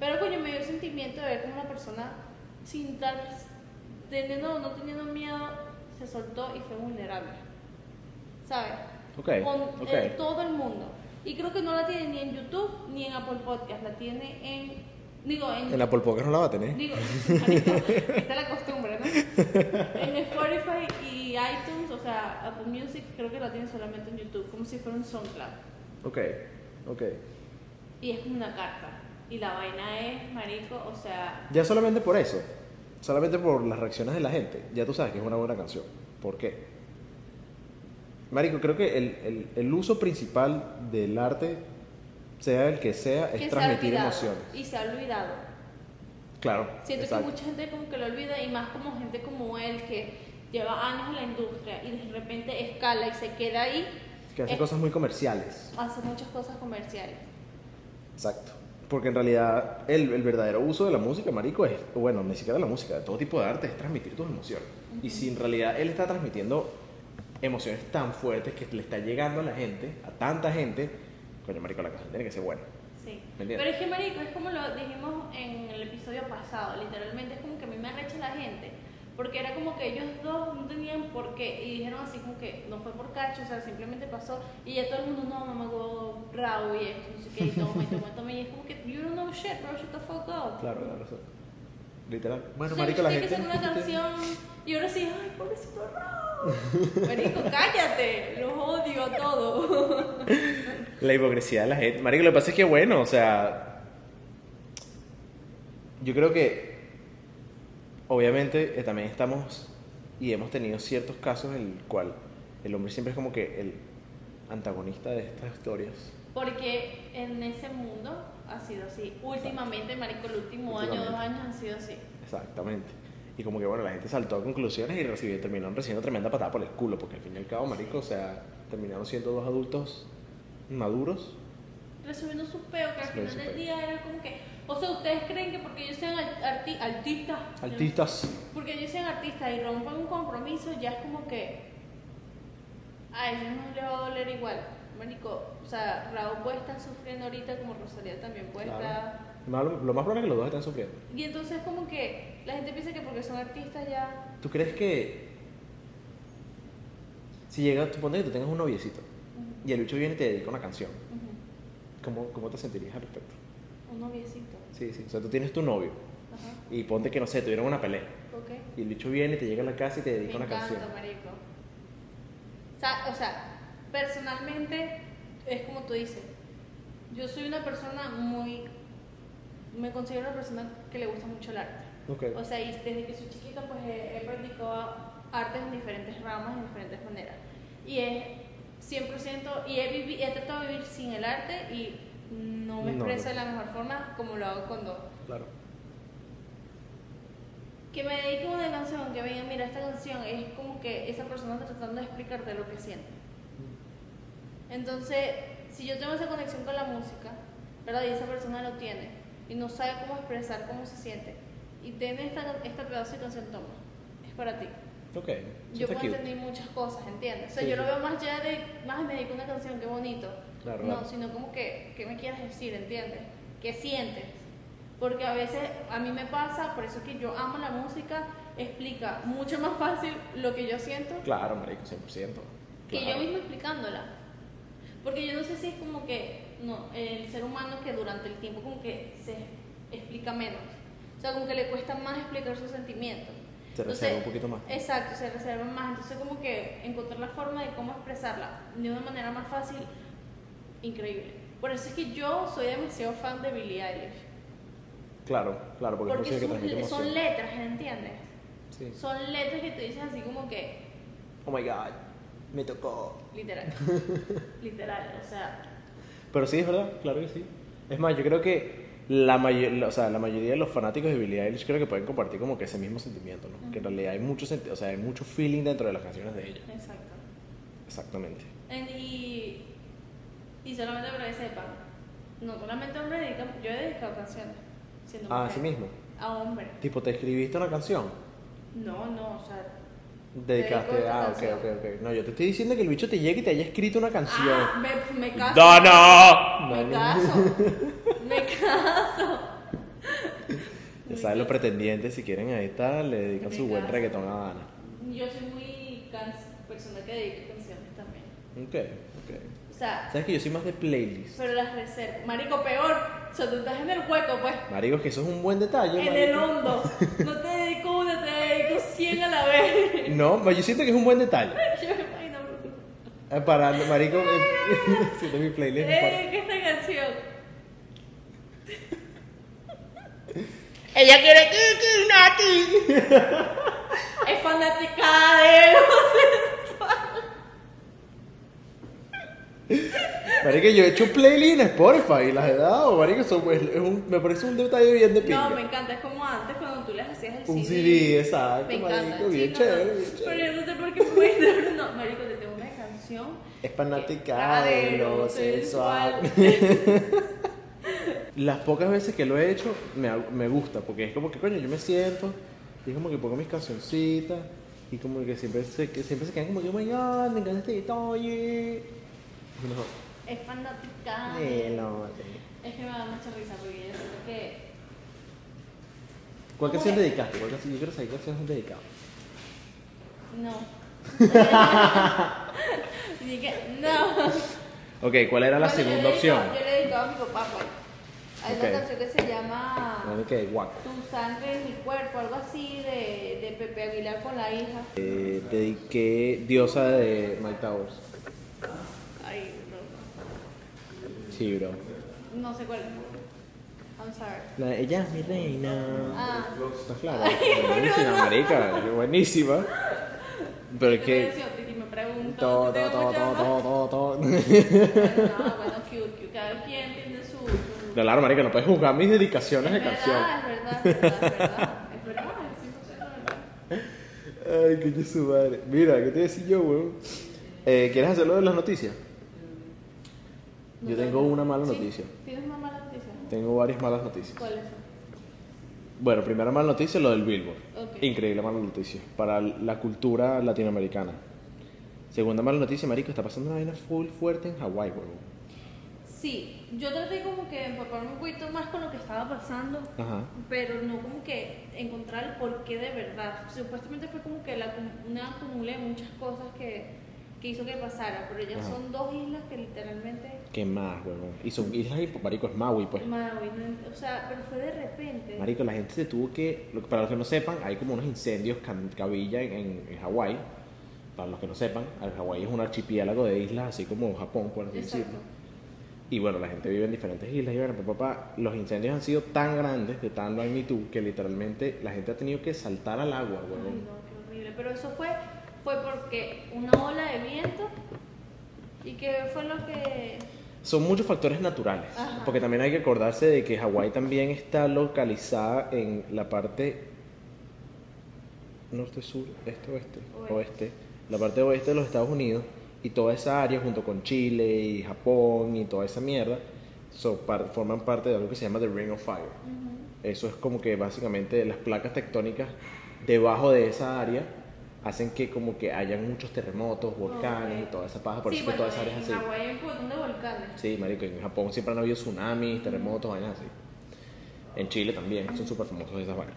[SPEAKER 2] Pero coño, me dio el sentimiento de ver como una persona sin dar. teniendo o no teniendo miedo, se soltó y fue vulnerable. ¿Sabes?
[SPEAKER 1] Ok,
[SPEAKER 2] Con
[SPEAKER 1] ok.
[SPEAKER 2] eh, todo el mundo. Y creo que no la tiene ni en YouTube ni en Apple Podcast, la tiene en. Digo, en
[SPEAKER 1] En Apple Podcast no la va a tener.
[SPEAKER 2] Digo, [laughs] marico, está la costumbre, ¿no? En Spotify y iTunes, o sea, Apple Music, creo que la tienen solamente en YouTube, como si fuera un SoundCloud.
[SPEAKER 1] Ok, ok.
[SPEAKER 2] Y es como una carta. Y la vaina es, marico, o sea,
[SPEAKER 1] Ya solamente por eso, solamente por las reacciones de la gente, ya tú sabes que es una buena canción. ¿Por qué? Marico, creo que el, el- el uso principal del arte, sea el que sea, es
[SPEAKER 2] que se ha
[SPEAKER 1] transmitir
[SPEAKER 2] olvidado.
[SPEAKER 1] emociones.
[SPEAKER 2] Y se ha olvidado.
[SPEAKER 1] Claro.
[SPEAKER 2] Siento
[SPEAKER 1] exacto.
[SPEAKER 2] que mucha gente como que lo olvida y más como gente como él que lleva años en la industria y de repente escala y se queda ahí,
[SPEAKER 1] Que hace
[SPEAKER 2] es-
[SPEAKER 1] cosas muy comerciales.
[SPEAKER 2] hace muchas cosas comerciales.
[SPEAKER 1] Exacto. Porque en realidad el, el verdadero uso de la música, marico, es, bueno, ni siquiera de la música, de todo tipo de arte, es transmitir tus emociones. Y si en realidad él está transmitiendo emociones tan fuertes que le está llegando a la gente, a tanta gente, coño, marico, la canción tiene que ser buena.
[SPEAKER 2] Sí.
[SPEAKER 1] ¿Me entiendes?
[SPEAKER 2] Pero es que, marico, es como lo dijimos en el episodio pasado, literalmente es como que a mí me arrecha la gente, porque era como que ellos dos no tenían por qué, y dijeron así como que no fue por cacho, o sea, simplemente pasó, y ya todo el mundo, no, mamá, go, bravo, y esto, no sé qué, y toma, y toma, y toma, y es como que, you don't know shit, bro, shut the fuck up.
[SPEAKER 1] Claro, claro, eso. Literal.
[SPEAKER 2] O
[SPEAKER 1] Bueno,
[SPEAKER 2] sea,
[SPEAKER 1] marico, la
[SPEAKER 2] usted
[SPEAKER 1] gente.
[SPEAKER 2] que sacó una canción, y ahora sí, ay, pobrecito
[SPEAKER 1] [laughs]
[SPEAKER 2] Raúl. Marico, cállate, los odio a todos.
[SPEAKER 1] La hipocresía de la gente. Marico, lo que pasa es que, bueno, o sea. Yo creo que. Obviamente, eh, también estamos. Y hemos tenido ciertos casos en el cual el hombre siempre es como que el antagonista de estas historias.
[SPEAKER 2] Porque en ese mundo ha sido así. Últimamente, marico, el último año,
[SPEAKER 1] Últimamente.
[SPEAKER 2] dos años han sido así.
[SPEAKER 1] Exactamente. Y como que, bueno, la gente saltó a conclusiones y recibió, terminaron recibiendo tremenda patada por el culo, porque al fin y al cabo, marico, o sea, terminaron siendo dos adultos maduros.
[SPEAKER 2] Resumiendo su peo, que al
[SPEAKER 1] Resumiendo
[SPEAKER 2] final
[SPEAKER 1] su
[SPEAKER 2] del
[SPEAKER 1] peo.
[SPEAKER 2] día era como que... O sea, ¿ustedes creen que porque ellos sean al- arti- artistas...
[SPEAKER 1] Altistas.
[SPEAKER 2] Porque ellos sean artistas y rompan un compromiso, ya es como que... A ellos no les va a doler igual. Marico, o sea, Raúl puede estar sufriendo ahorita como Rosalía también puede
[SPEAKER 1] Claro.
[SPEAKER 2] estar...
[SPEAKER 1] Más- Lo más probable es que los dos estén sufriendo.
[SPEAKER 2] Y entonces como que la gente piensa que porque son artistas ya...
[SPEAKER 1] ¿Tú crees que si llega, tú ponte que tú tengas un noviecito
[SPEAKER 2] ujú,
[SPEAKER 1] y el bicho viene y te dedica una canción,
[SPEAKER 2] ujú,
[SPEAKER 1] ¿cómo, cómo te sentirías al respecto?
[SPEAKER 2] Un noviecito.
[SPEAKER 1] Sí, sí. O sea, tú tienes tu novio
[SPEAKER 2] Ajá,
[SPEAKER 1] y ponte que no sé, tuvieron una pelea
[SPEAKER 2] ok.
[SPEAKER 1] y el bicho viene, te llega a la casa y te
[SPEAKER 2] Me
[SPEAKER 1] dedica una
[SPEAKER 2] encanta,
[SPEAKER 1] canción.
[SPEAKER 2] marico. O sea, o sea, personalmente es como tú dices. Yo soy una persona muy me considero una persona que le gusta mucho el arte.
[SPEAKER 1] Ok.
[SPEAKER 2] O sea, y desde que soy chiquita pues he, he practicado artes en diferentes ramas, en diferentes maneras. Y es 100% y he, vivi- he tratado de vivir sin el arte y no me
[SPEAKER 1] No,
[SPEAKER 2] expreso
[SPEAKER 1] no.
[SPEAKER 2] de la mejor forma como lo hago cuando
[SPEAKER 1] Claro.
[SPEAKER 2] que me dediquen una canción, que me digan, mira, esta canción es como que esa persona está tratando de explicarte lo que siente. Entonces, si yo tengo esa conexión con la música, ¿verdad? Y esa persona lo tiene y no sabe cómo expresar cómo se siente, y tiene esta, esta pedazo de canción, toma, es para ti.
[SPEAKER 1] Ok.
[SPEAKER 2] yo
[SPEAKER 1] Eso está
[SPEAKER 2] puedo
[SPEAKER 1] cute.
[SPEAKER 2] entender muchas cosas, ¿entiendes? O sea,
[SPEAKER 1] Sí,
[SPEAKER 2] yo
[SPEAKER 1] sí.
[SPEAKER 2] lo veo más allá de, más me dedico a una canción, qué bonito.
[SPEAKER 1] Claro,
[SPEAKER 2] no,
[SPEAKER 1] claro.
[SPEAKER 2] sino como que, ¿qué me quieres decir, ¿entiendes? ¿Qué sientes? Porque a veces a mí me pasa, por eso que yo amo la música, explica mucho más fácil lo que yo siento
[SPEAKER 1] Claro, marico, 100%.
[SPEAKER 2] que yo
[SPEAKER 1] Claro.
[SPEAKER 2] misma explicándola. Porque yo no sé si es como que, no, el ser humano que durante el tiempo como que se explica menos. O sea, como que le cuesta más explicar sus sentimientos.
[SPEAKER 1] Se reserva un poquito más.
[SPEAKER 2] Exacto, se reserva más. Entonces como que encontrar la forma de cómo expresarla de una manera más fácil, increíble. Por eso es que yo soy demasiado fan de Billie Eilish.
[SPEAKER 1] Claro, claro, porque, es
[SPEAKER 2] Porque
[SPEAKER 1] música que
[SPEAKER 2] sus-
[SPEAKER 1] transmite
[SPEAKER 2] son
[SPEAKER 1] emoción.
[SPEAKER 2] letras, ¿entiendes?
[SPEAKER 1] Sí.
[SPEAKER 2] Son letras que te dicen así como que,
[SPEAKER 1] Oh my god, me tocó. [laughs]
[SPEAKER 2] literal, literal, o sea...
[SPEAKER 1] Pero sí, es verdad, claro que sí. Es más, yo creo que la, mayo- o sea, la mayoría de los fanáticos de Billie Eilish creo que pueden compartir como que ese mismo sentimiento, ¿no? Que en realidad hay mucho, senti- o sea, hay mucho feeling dentro de las canciones de ella.
[SPEAKER 2] Exacto.
[SPEAKER 1] Exactamente.
[SPEAKER 2] En- y, y Y solamente para que sepan, no solamente hombres dedican, yo he dedicado canciones. siendo
[SPEAKER 4] Ah,
[SPEAKER 2] mujer.
[SPEAKER 4] así mismo.
[SPEAKER 2] A hombres.
[SPEAKER 4] Tipo, te escribiste una canción.
[SPEAKER 2] No, no, o sea.
[SPEAKER 4] Dedicaste.
[SPEAKER 2] Dedico esta
[SPEAKER 4] ah, ok,
[SPEAKER 2] canción.
[SPEAKER 4] ok, ok. No, yo te estoy diciendo que el bicho te llegue y te haya escrito una canción.
[SPEAKER 2] Ah, me, me caso.
[SPEAKER 1] ¡Dana!
[SPEAKER 2] Me
[SPEAKER 4] Dale.
[SPEAKER 2] caso.
[SPEAKER 4] [laughs]
[SPEAKER 2] Me caso.
[SPEAKER 1] Ya saben los pretendientes, si quieren ahí está, le dedican
[SPEAKER 2] Me
[SPEAKER 1] su buen
[SPEAKER 2] caso.
[SPEAKER 1] reggaetón a Dana.
[SPEAKER 2] Yo soy muy can- persona que dedica canciones también.
[SPEAKER 1] Ok, ok.
[SPEAKER 2] O sea,
[SPEAKER 1] Sabes que yo soy más de playlist.
[SPEAKER 2] pero las reservo. Marico, peor. O sea, tú estás en el hueco, pues.
[SPEAKER 1] Marico, es que eso es un buen detalle.
[SPEAKER 2] En el
[SPEAKER 1] marico.
[SPEAKER 2] hondo. No te dedico una, te dedico 100 a la vez. [laughs]
[SPEAKER 1] No, pero yo siento que es un buen detalle.
[SPEAKER 2] Yo me imagino.
[SPEAKER 1] Eh, Para, marico, eh, [laughs] siento mi playlist. es para-
[SPEAKER 2] Eh, ¿qué esta canción?
[SPEAKER 4] Ella quiere que Nati.
[SPEAKER 2] Es fanática de
[SPEAKER 1] Marico, yo he hecho playlist en Spotify y las he dado, marico, eso, pues, es un- me parece un detalle bien de pinga.
[SPEAKER 2] No, me encanta. Es como antes cuando tú les hacías el
[SPEAKER 1] Un CD, exacto,
[SPEAKER 2] Me encanta.
[SPEAKER 1] marico, bien
[SPEAKER 2] sí, no, no.
[SPEAKER 1] chévere, bien chévere.
[SPEAKER 2] Pero yo no sé por qué fue. No, marico, te tengo una canción.
[SPEAKER 1] Es fanática de lo sensual. Las pocas veces que lo he hecho, me, ha- me gusta, porque es como que, coño, yo me siento, y es como que pongo mis cancioncitas, y como que siempre se, que siempre se quedan como que, oh my God, me encanta este detalle. No,
[SPEAKER 2] [laughs] Es fanática.
[SPEAKER 1] eh, no, eh.
[SPEAKER 2] Es que me da mucha risa porque yo siento que.
[SPEAKER 1] ¿Cuál canción
[SPEAKER 2] Bueno.
[SPEAKER 1] dedicaste? ¿Cuál canción? Yo quiero saber qué canción has dedicado. [laughs]
[SPEAKER 2] No. y dije, no.
[SPEAKER 1] Ok, ¿cuál era la
[SPEAKER 2] Bueno, yo le
[SPEAKER 1] segunda
[SPEAKER 2] dedico-
[SPEAKER 1] opción?
[SPEAKER 2] Yo le he dedicado a mi papá, pues. Hay
[SPEAKER 1] Ok.
[SPEAKER 2] una canción que se llama.
[SPEAKER 1] No, que guac.
[SPEAKER 2] Tu sangre en mi cuerpo, algo así de, de Pepe Aguilar con la hija.
[SPEAKER 1] Eh, dediqué Diosa de Mike Towers.
[SPEAKER 2] Ay,
[SPEAKER 1] Sí, bro.
[SPEAKER 2] no, no sé cuál. I'm sorry.
[SPEAKER 1] La- ella es mi reina.
[SPEAKER 2] Ah,
[SPEAKER 1] Está claro. Buenísima, marica. Buenísima. Pero es
[SPEAKER 2] ¿qué
[SPEAKER 1] que.
[SPEAKER 2] canción? Titi me pregunta.
[SPEAKER 1] Todo,
[SPEAKER 2] ¿tú te
[SPEAKER 1] todo, todo,
[SPEAKER 2] gusta
[SPEAKER 1] todo,
[SPEAKER 2] más?
[SPEAKER 1] todo, todo, [laughs] todo.
[SPEAKER 2] No, bueno, cute, cute. Cada quien tiene su. su...
[SPEAKER 1] Claro, marica, no puedes juzgar mis dedicaciones de
[SPEAKER 2] es
[SPEAKER 1] canción.
[SPEAKER 2] verdad, es verdad, es verdad, es verdad. Es verdad, es 100% verdad.
[SPEAKER 1] Ay, que su madre. Mira, ¿qué te decía yo, weón? Eh, ¿Quieres hacerlo de las noticias? [laughs] Yo tengo una mala
[SPEAKER 2] Sí,
[SPEAKER 1] noticia.
[SPEAKER 2] ¿Tienes una mala noticia?
[SPEAKER 1] Tengo varias malas noticias.
[SPEAKER 2] ¿Cuál es?
[SPEAKER 1] Bueno, primera mala noticia, lo del Billboard.
[SPEAKER 2] Ok.
[SPEAKER 1] Increíble mala noticia para la cultura latinoamericana. Segunda mala noticia, marico, está pasando una vaina full fuerte en Hawái, huevón.
[SPEAKER 2] Sí, yo traté como que de empaparme un poquito más con lo que estaba pasando,
[SPEAKER 1] Ajá.
[SPEAKER 2] pero no como que encontrar el porqué de verdad. Supuestamente fue como que la, acum- una acumulé de muchas cosas que, que hizo que pasara, pero ya
[SPEAKER 1] Ajá.
[SPEAKER 2] son dos islas que literalmente...
[SPEAKER 1] ¿Qué más, huevón? Y son islas, y, marico, es Maui, pues.
[SPEAKER 2] Maui, no ent- o sea, pero fue de repente.
[SPEAKER 1] Marico, la gente se tuvo que, lo que- para los que no sepan, hay como unos incendios can- cabilla en, en, en Hawái. Para los que no sepan, el Hawái es un archipiélago de islas, así como Japón, por así
[SPEAKER 2] Exacto.
[SPEAKER 1] decirlo. Y bueno, la gente vive en diferentes islas y bueno, pero papá, los incendios han sido tan grandes, de tan magnitud, que literalmente la gente ha tenido que saltar al agua,
[SPEAKER 2] Ay,
[SPEAKER 1] huevón.
[SPEAKER 2] no, qué horrible. Pero eso fue, fue porque una ola de viento y que fue lo que...
[SPEAKER 1] Son muchos factores naturales,
[SPEAKER 2] Ajá.
[SPEAKER 1] porque también hay que acordarse de que Hawái también está localizada en la parte norte, sur, este, oeste,
[SPEAKER 2] Oeste.
[SPEAKER 1] oeste, la parte oeste de los Estados Unidos y toda esa área junto con Chile y Japón y toda esa mierda son par- forman parte de algo que se llama The Ring of Fire. Eso es como que básicamente las placas tectónicas debajo de esa área hacen que como que hayan muchos terremotos, volcanes
[SPEAKER 2] Ok.
[SPEAKER 1] y toda esa paja, por
[SPEAKER 2] sí,
[SPEAKER 1] eso
[SPEAKER 2] bueno,
[SPEAKER 1] que toda esa área
[SPEAKER 2] en
[SPEAKER 1] es así.
[SPEAKER 2] Hawái hay un montón de volcanes.
[SPEAKER 1] Sí, marico, en Japón siempre han habido tsunamis, terremotos, vainas así. En Chile también, son súper famosos esas vainas.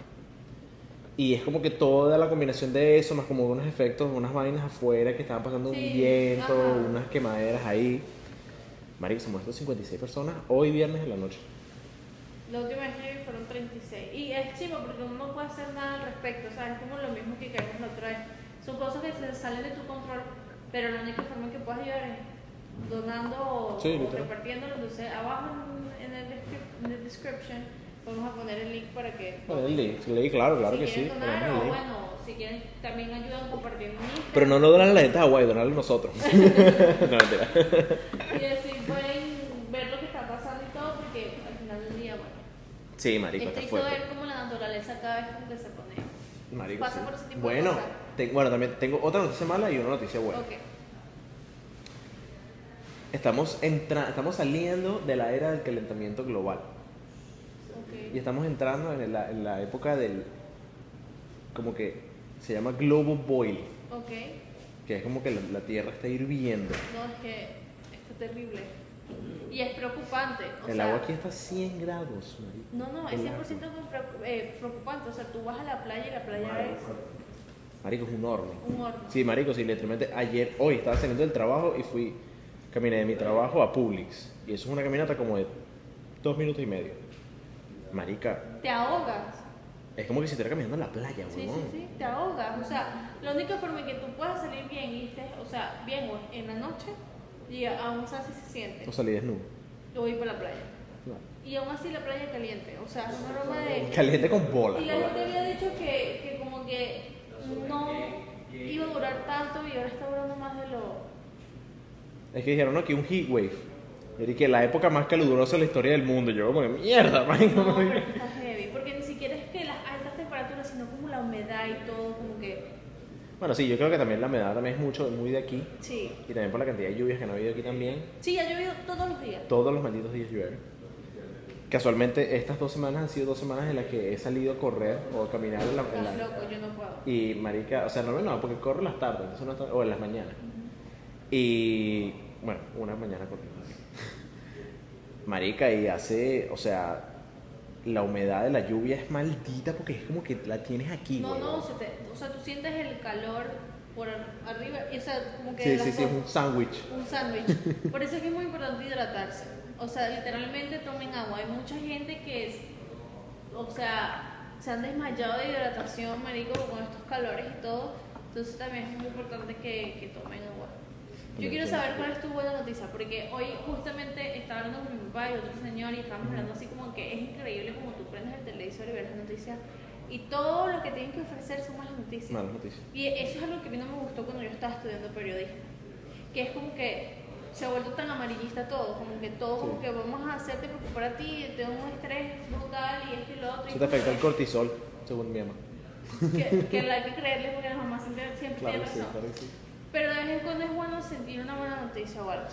[SPEAKER 1] Y es como que toda la combinación de eso, más como unos efectos, unas vainas afuera que estaban pasando
[SPEAKER 2] Sí,
[SPEAKER 1] un viento,
[SPEAKER 2] ajá.
[SPEAKER 1] unas quemaderas ahí. Marico, se muerto 56 personas hoy viernes en la noche.
[SPEAKER 2] La última vez que vi fueron 36. Y es chivo porque uno no puede hacer nada al respecto. O sea, es como lo mismo que caímos la otra vez. Son cosas que se salen de tu control, pero la única forma en que puedes ayudar es donando o,
[SPEAKER 1] Sí,
[SPEAKER 2] o
[SPEAKER 1] literal.
[SPEAKER 2] repartiéndolo. Entonces, abajo en, en el descrip- en el description vamos a poner el link para que.
[SPEAKER 1] Bueno, el link, leí, claro, claro
[SPEAKER 2] si
[SPEAKER 1] que sí.
[SPEAKER 2] quieren donar
[SPEAKER 1] ponemos
[SPEAKER 2] o
[SPEAKER 1] el link.
[SPEAKER 2] bueno, si quieren también ayudan compartiendo en Instagram.
[SPEAKER 1] Pero no lo donan a la gente de Hawái, donarlo nosotros. [laughs] no, mentira.
[SPEAKER 2] Y así pueden ver lo que está pasando y todo, porque al final del día, bueno.
[SPEAKER 1] Sí, marico,
[SPEAKER 2] Es
[SPEAKER 1] está
[SPEAKER 2] triste
[SPEAKER 1] fuerte.
[SPEAKER 2] ver cómo la naturaleza cada vez como que se pone.
[SPEAKER 1] Marico,
[SPEAKER 2] pasa
[SPEAKER 1] sí.
[SPEAKER 2] por ese tipo de
[SPEAKER 1] bueno,
[SPEAKER 2] cosas.
[SPEAKER 1] te- bueno, también tengo otra noticia mala y una noticia buena.
[SPEAKER 2] Ok.
[SPEAKER 1] estamos, entra estamos saliendo de la era del calentamiento global.
[SPEAKER 2] Ok.
[SPEAKER 1] Y estamos entrando en la, en la época del. como que se llama Global Boil,
[SPEAKER 2] Ok.
[SPEAKER 1] que es como que la, la tierra está hirviendo.
[SPEAKER 2] No, es que está terrible. Y es preocupante. O
[SPEAKER 1] El
[SPEAKER 2] sea,
[SPEAKER 1] agua aquí está a 100 grados. marico.
[SPEAKER 2] No, no, es
[SPEAKER 1] El
[SPEAKER 2] 100%
[SPEAKER 1] agua.
[SPEAKER 2] preocu- eh, preocupante. O sea, tú vas a la playa y la playa es
[SPEAKER 1] Marico, es un horno.
[SPEAKER 2] un horno.
[SPEAKER 1] Sí, marico, sí, literalmente ayer, hoy estaba saliendo del trabajo y fui, caminé de mi trabajo a Publix. Y eso es una caminata como de dos minutos y medio. Marica,
[SPEAKER 2] Te ahogas.
[SPEAKER 1] es como que si estuviera caminando en la playa,
[SPEAKER 2] Sí,
[SPEAKER 1] huevón.
[SPEAKER 2] sí, sí, te ahogas. O sea, la única forma en que tú puedas salir bien, y estés, o sea, bien o en la noche y aún así se siente.
[SPEAKER 1] O salí desnudo.
[SPEAKER 2] Yo voy para la playa.
[SPEAKER 1] No.
[SPEAKER 2] Y aún así la playa es caliente. O sea, es un aroma de...
[SPEAKER 1] Caliente con bola.
[SPEAKER 2] Y la gente había dicho que, que como que no iba a durar tanto y ahora está durando más de lo...
[SPEAKER 1] Es que dijeron, no, que un heat wave. Y que la época más calurosa de la historia del mundo. Yo como, que, mierda, marico.
[SPEAKER 2] No, pero
[SPEAKER 1] [laughs]
[SPEAKER 2] está heavy. Porque ni siquiera es que las altas temperaturas, sino como la humedad y todo, como que...
[SPEAKER 1] Bueno, sí, yo creo que también la humedad también es mucho, muy de aquí.
[SPEAKER 2] Sí.
[SPEAKER 1] Y también por la cantidad de lluvias que han habido aquí también.
[SPEAKER 2] Sí, ha llovido todos los días.
[SPEAKER 1] Todos los malditos días llueve. Casualmente, estas dos semanas han sido dos semanas en las que he salido a correr o a caminar en la, en
[SPEAKER 2] Estás
[SPEAKER 1] la-
[SPEAKER 2] loco, yo no puedo.
[SPEAKER 1] Y marica, o sea, no, no, porque corro en las tardes, entonces no está- o en las mañanas. Y bueno, una mañana corrí. [laughs] Marica, y hace, o sea, la humedad de la lluvia es maldita porque es como que la tienes aquí,
[SPEAKER 2] No,
[SPEAKER 1] huevón.
[SPEAKER 2] no, se te- o sea, tú sientes el calor por ar- arriba, y, o sea, como que
[SPEAKER 1] Sí,
[SPEAKER 2] las
[SPEAKER 1] sí, sí, es un
[SPEAKER 2] cosas-
[SPEAKER 1] sándwich.
[SPEAKER 2] un sándwich. Por eso es que es muy importante hidratarse. O sea, literalmente tomen agua. Hay mucha gente que es, o sea, se han desmayado de hidratación, marico, con estos calores y todo. Entonces también es muy importante que, que tomen agua. Yo quiero saber cuál es tu buena noticia, porque hoy justamente estaba hablando con mi papá y otro señor y estábamos hablando así como que es increíble como tú prendes el televisor y ves las noticias y todo lo que tienen que ofrecer son malas noticias.
[SPEAKER 1] Malas noticias.
[SPEAKER 2] Y eso es algo que a mí no me gustó cuando yo estaba estudiando periodismo, que es como que se ha vuelto tan amarillista todo, como que todo como
[SPEAKER 1] Sí.
[SPEAKER 2] que vamos a hacerte preocupar a ti, te da un estrés brutal y esto y lo otro. y
[SPEAKER 1] Eso te afecta el
[SPEAKER 2] como
[SPEAKER 1] cortisol, según mi mamá.
[SPEAKER 2] que, que la hay que creerle porque las mamás siempre, siempre
[SPEAKER 1] Claro
[SPEAKER 2] tienen
[SPEAKER 1] que sí,
[SPEAKER 2] razón.
[SPEAKER 1] claro que sí.
[SPEAKER 2] Pero de vez en cuando es bueno sentir una buena noticia o algo.
[SPEAKER 1] Por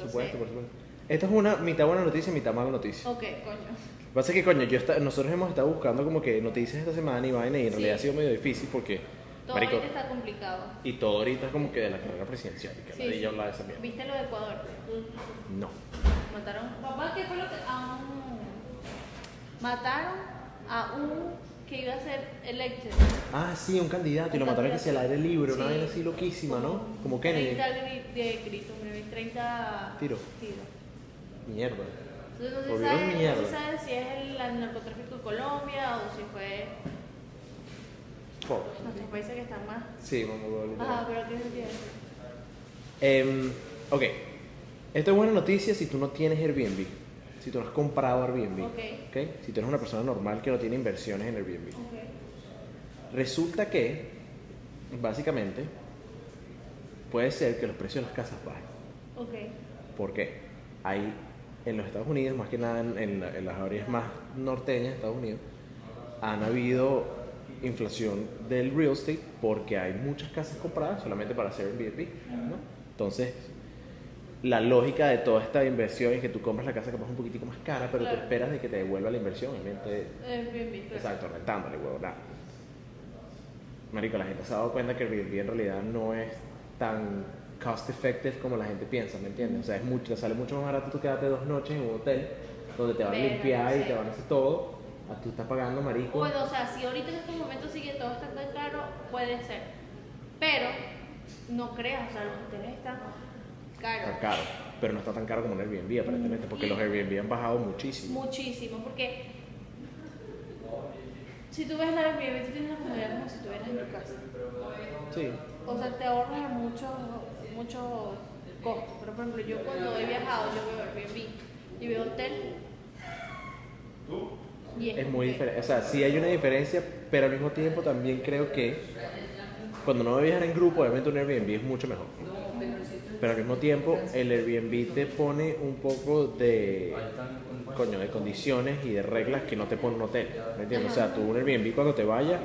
[SPEAKER 2] Entonces,
[SPEAKER 1] supuesto, por supuesto. Esta es una mitad buena noticia, mitad mala noticia.
[SPEAKER 2] Ok, coño.
[SPEAKER 1] Lo que Pasa es que, coño, yo esta- nosotros hemos estado buscando como que noticias esta semana y vaina y en
[SPEAKER 2] Sí.
[SPEAKER 1] realidad ha sido medio difícil porque,
[SPEAKER 2] Todo
[SPEAKER 1] marico,
[SPEAKER 2] ahorita está complicado.
[SPEAKER 1] y todo ahorita es como que de la carrera presidencial. y Que
[SPEAKER 2] Sí,
[SPEAKER 1] nadie
[SPEAKER 2] sí.
[SPEAKER 1] habla de esa mierda.
[SPEAKER 2] ¿Viste lo de Ecuador?
[SPEAKER 1] No.
[SPEAKER 2] Mataron. Papá, ¿qué fue lo que.? A un. Mataron a un que iba a ser electo.
[SPEAKER 1] Ah, sí, un candidato y lo
[SPEAKER 2] Un
[SPEAKER 1] mataron que
[SPEAKER 2] candidato.
[SPEAKER 1] sea al aire libre, una
[SPEAKER 2] Sí.
[SPEAKER 1] vaina así loquísima, ¿no? Como Kennedy.
[SPEAKER 2] 30 gri- de Cristo, hombre, 30
[SPEAKER 1] Tiro.
[SPEAKER 2] tiros.
[SPEAKER 1] Mierda.
[SPEAKER 2] Entonces no se,
[SPEAKER 1] Volvieron
[SPEAKER 2] sabe, no
[SPEAKER 1] mierda.
[SPEAKER 2] se sabe si es el narcotráfico de Colombia o si fue
[SPEAKER 1] Fuck.
[SPEAKER 2] nuestros países que están más.
[SPEAKER 1] Sí, vamos a volver.
[SPEAKER 2] Ajá, pero ¿qué se tiene?
[SPEAKER 1] Em, ok. Esto es buena noticia si tú no tienes Airbnb. Si tú no has comprado Airbnb.
[SPEAKER 2] Ok.
[SPEAKER 1] ¿ok? Si tú eres una persona normal que no tiene inversiones en Airbnb.
[SPEAKER 2] Ok.
[SPEAKER 1] Resulta que, básicamente, puede ser que los precios de las casas bajen.
[SPEAKER 2] Ok. Eh,
[SPEAKER 1] ¿Por qué? Hay en los Estados Unidos, más que nada en, en la- en las áreas más norteñas de Estados Unidos, han habido inflación del real estate porque hay muchas casas compradas solamente para hacer Airbnb. ¿no? Entonces, la lógica de toda esta inversión es que tú compras la casa capaz un poquitico más cara, pero
[SPEAKER 2] Claro.
[SPEAKER 1] tú esperas de que te devuelva la inversión, obviamente
[SPEAKER 2] Eh, bien, bien, claro.
[SPEAKER 1] Exacto, rentándole, huevo, nada. Marico, la gente se ha dado cuenta que Airbnb en realidad no es tan cost effective como la gente piensa, ¿me entiendes? O sea, es mucho, te sale mucho más barato tú quedarte dos noches en un hotel donde te van a
[SPEAKER 2] Verga,
[SPEAKER 1] limpiar y
[SPEAKER 2] sí.
[SPEAKER 1] te van a hacer todo. Ah, Tú estás pagando, marico.
[SPEAKER 2] Bueno, o sea, si ahorita en este momento sigue todo está tan caro, puede ser. Pero no creas, o sea, los hoteles están
[SPEAKER 1] Está
[SPEAKER 2] caros.
[SPEAKER 1] caro, pero no está tan caro como un Airbnb aparentemente, porque los Airbnb han bajado muchísimo.
[SPEAKER 2] Muchísimo, porque si tú ves la Airbnb, tú tienes la comodidad como si estuvieras en tu casa.
[SPEAKER 1] Sí.
[SPEAKER 2] O sea, te ahorras en muchos muchos costos. Pero por ejemplo, yo cuando he viajado, yo veo Airbnb y veo hotel. Y
[SPEAKER 1] Es
[SPEAKER 2] como
[SPEAKER 1] muy
[SPEAKER 2] que-
[SPEAKER 1] diferente, o sea, sí hay una diferencia, pero al mismo tiempo también creo que cuando uno va a viajar en grupo, obviamente un Airbnb es mucho mejor. Pero al mismo tiempo, el Airbnb te pone un poco de, coño, de condiciones y de reglas que no te pone un hotel, ¿me entiendes? O sea, tú un Airbnb cuando te vayas,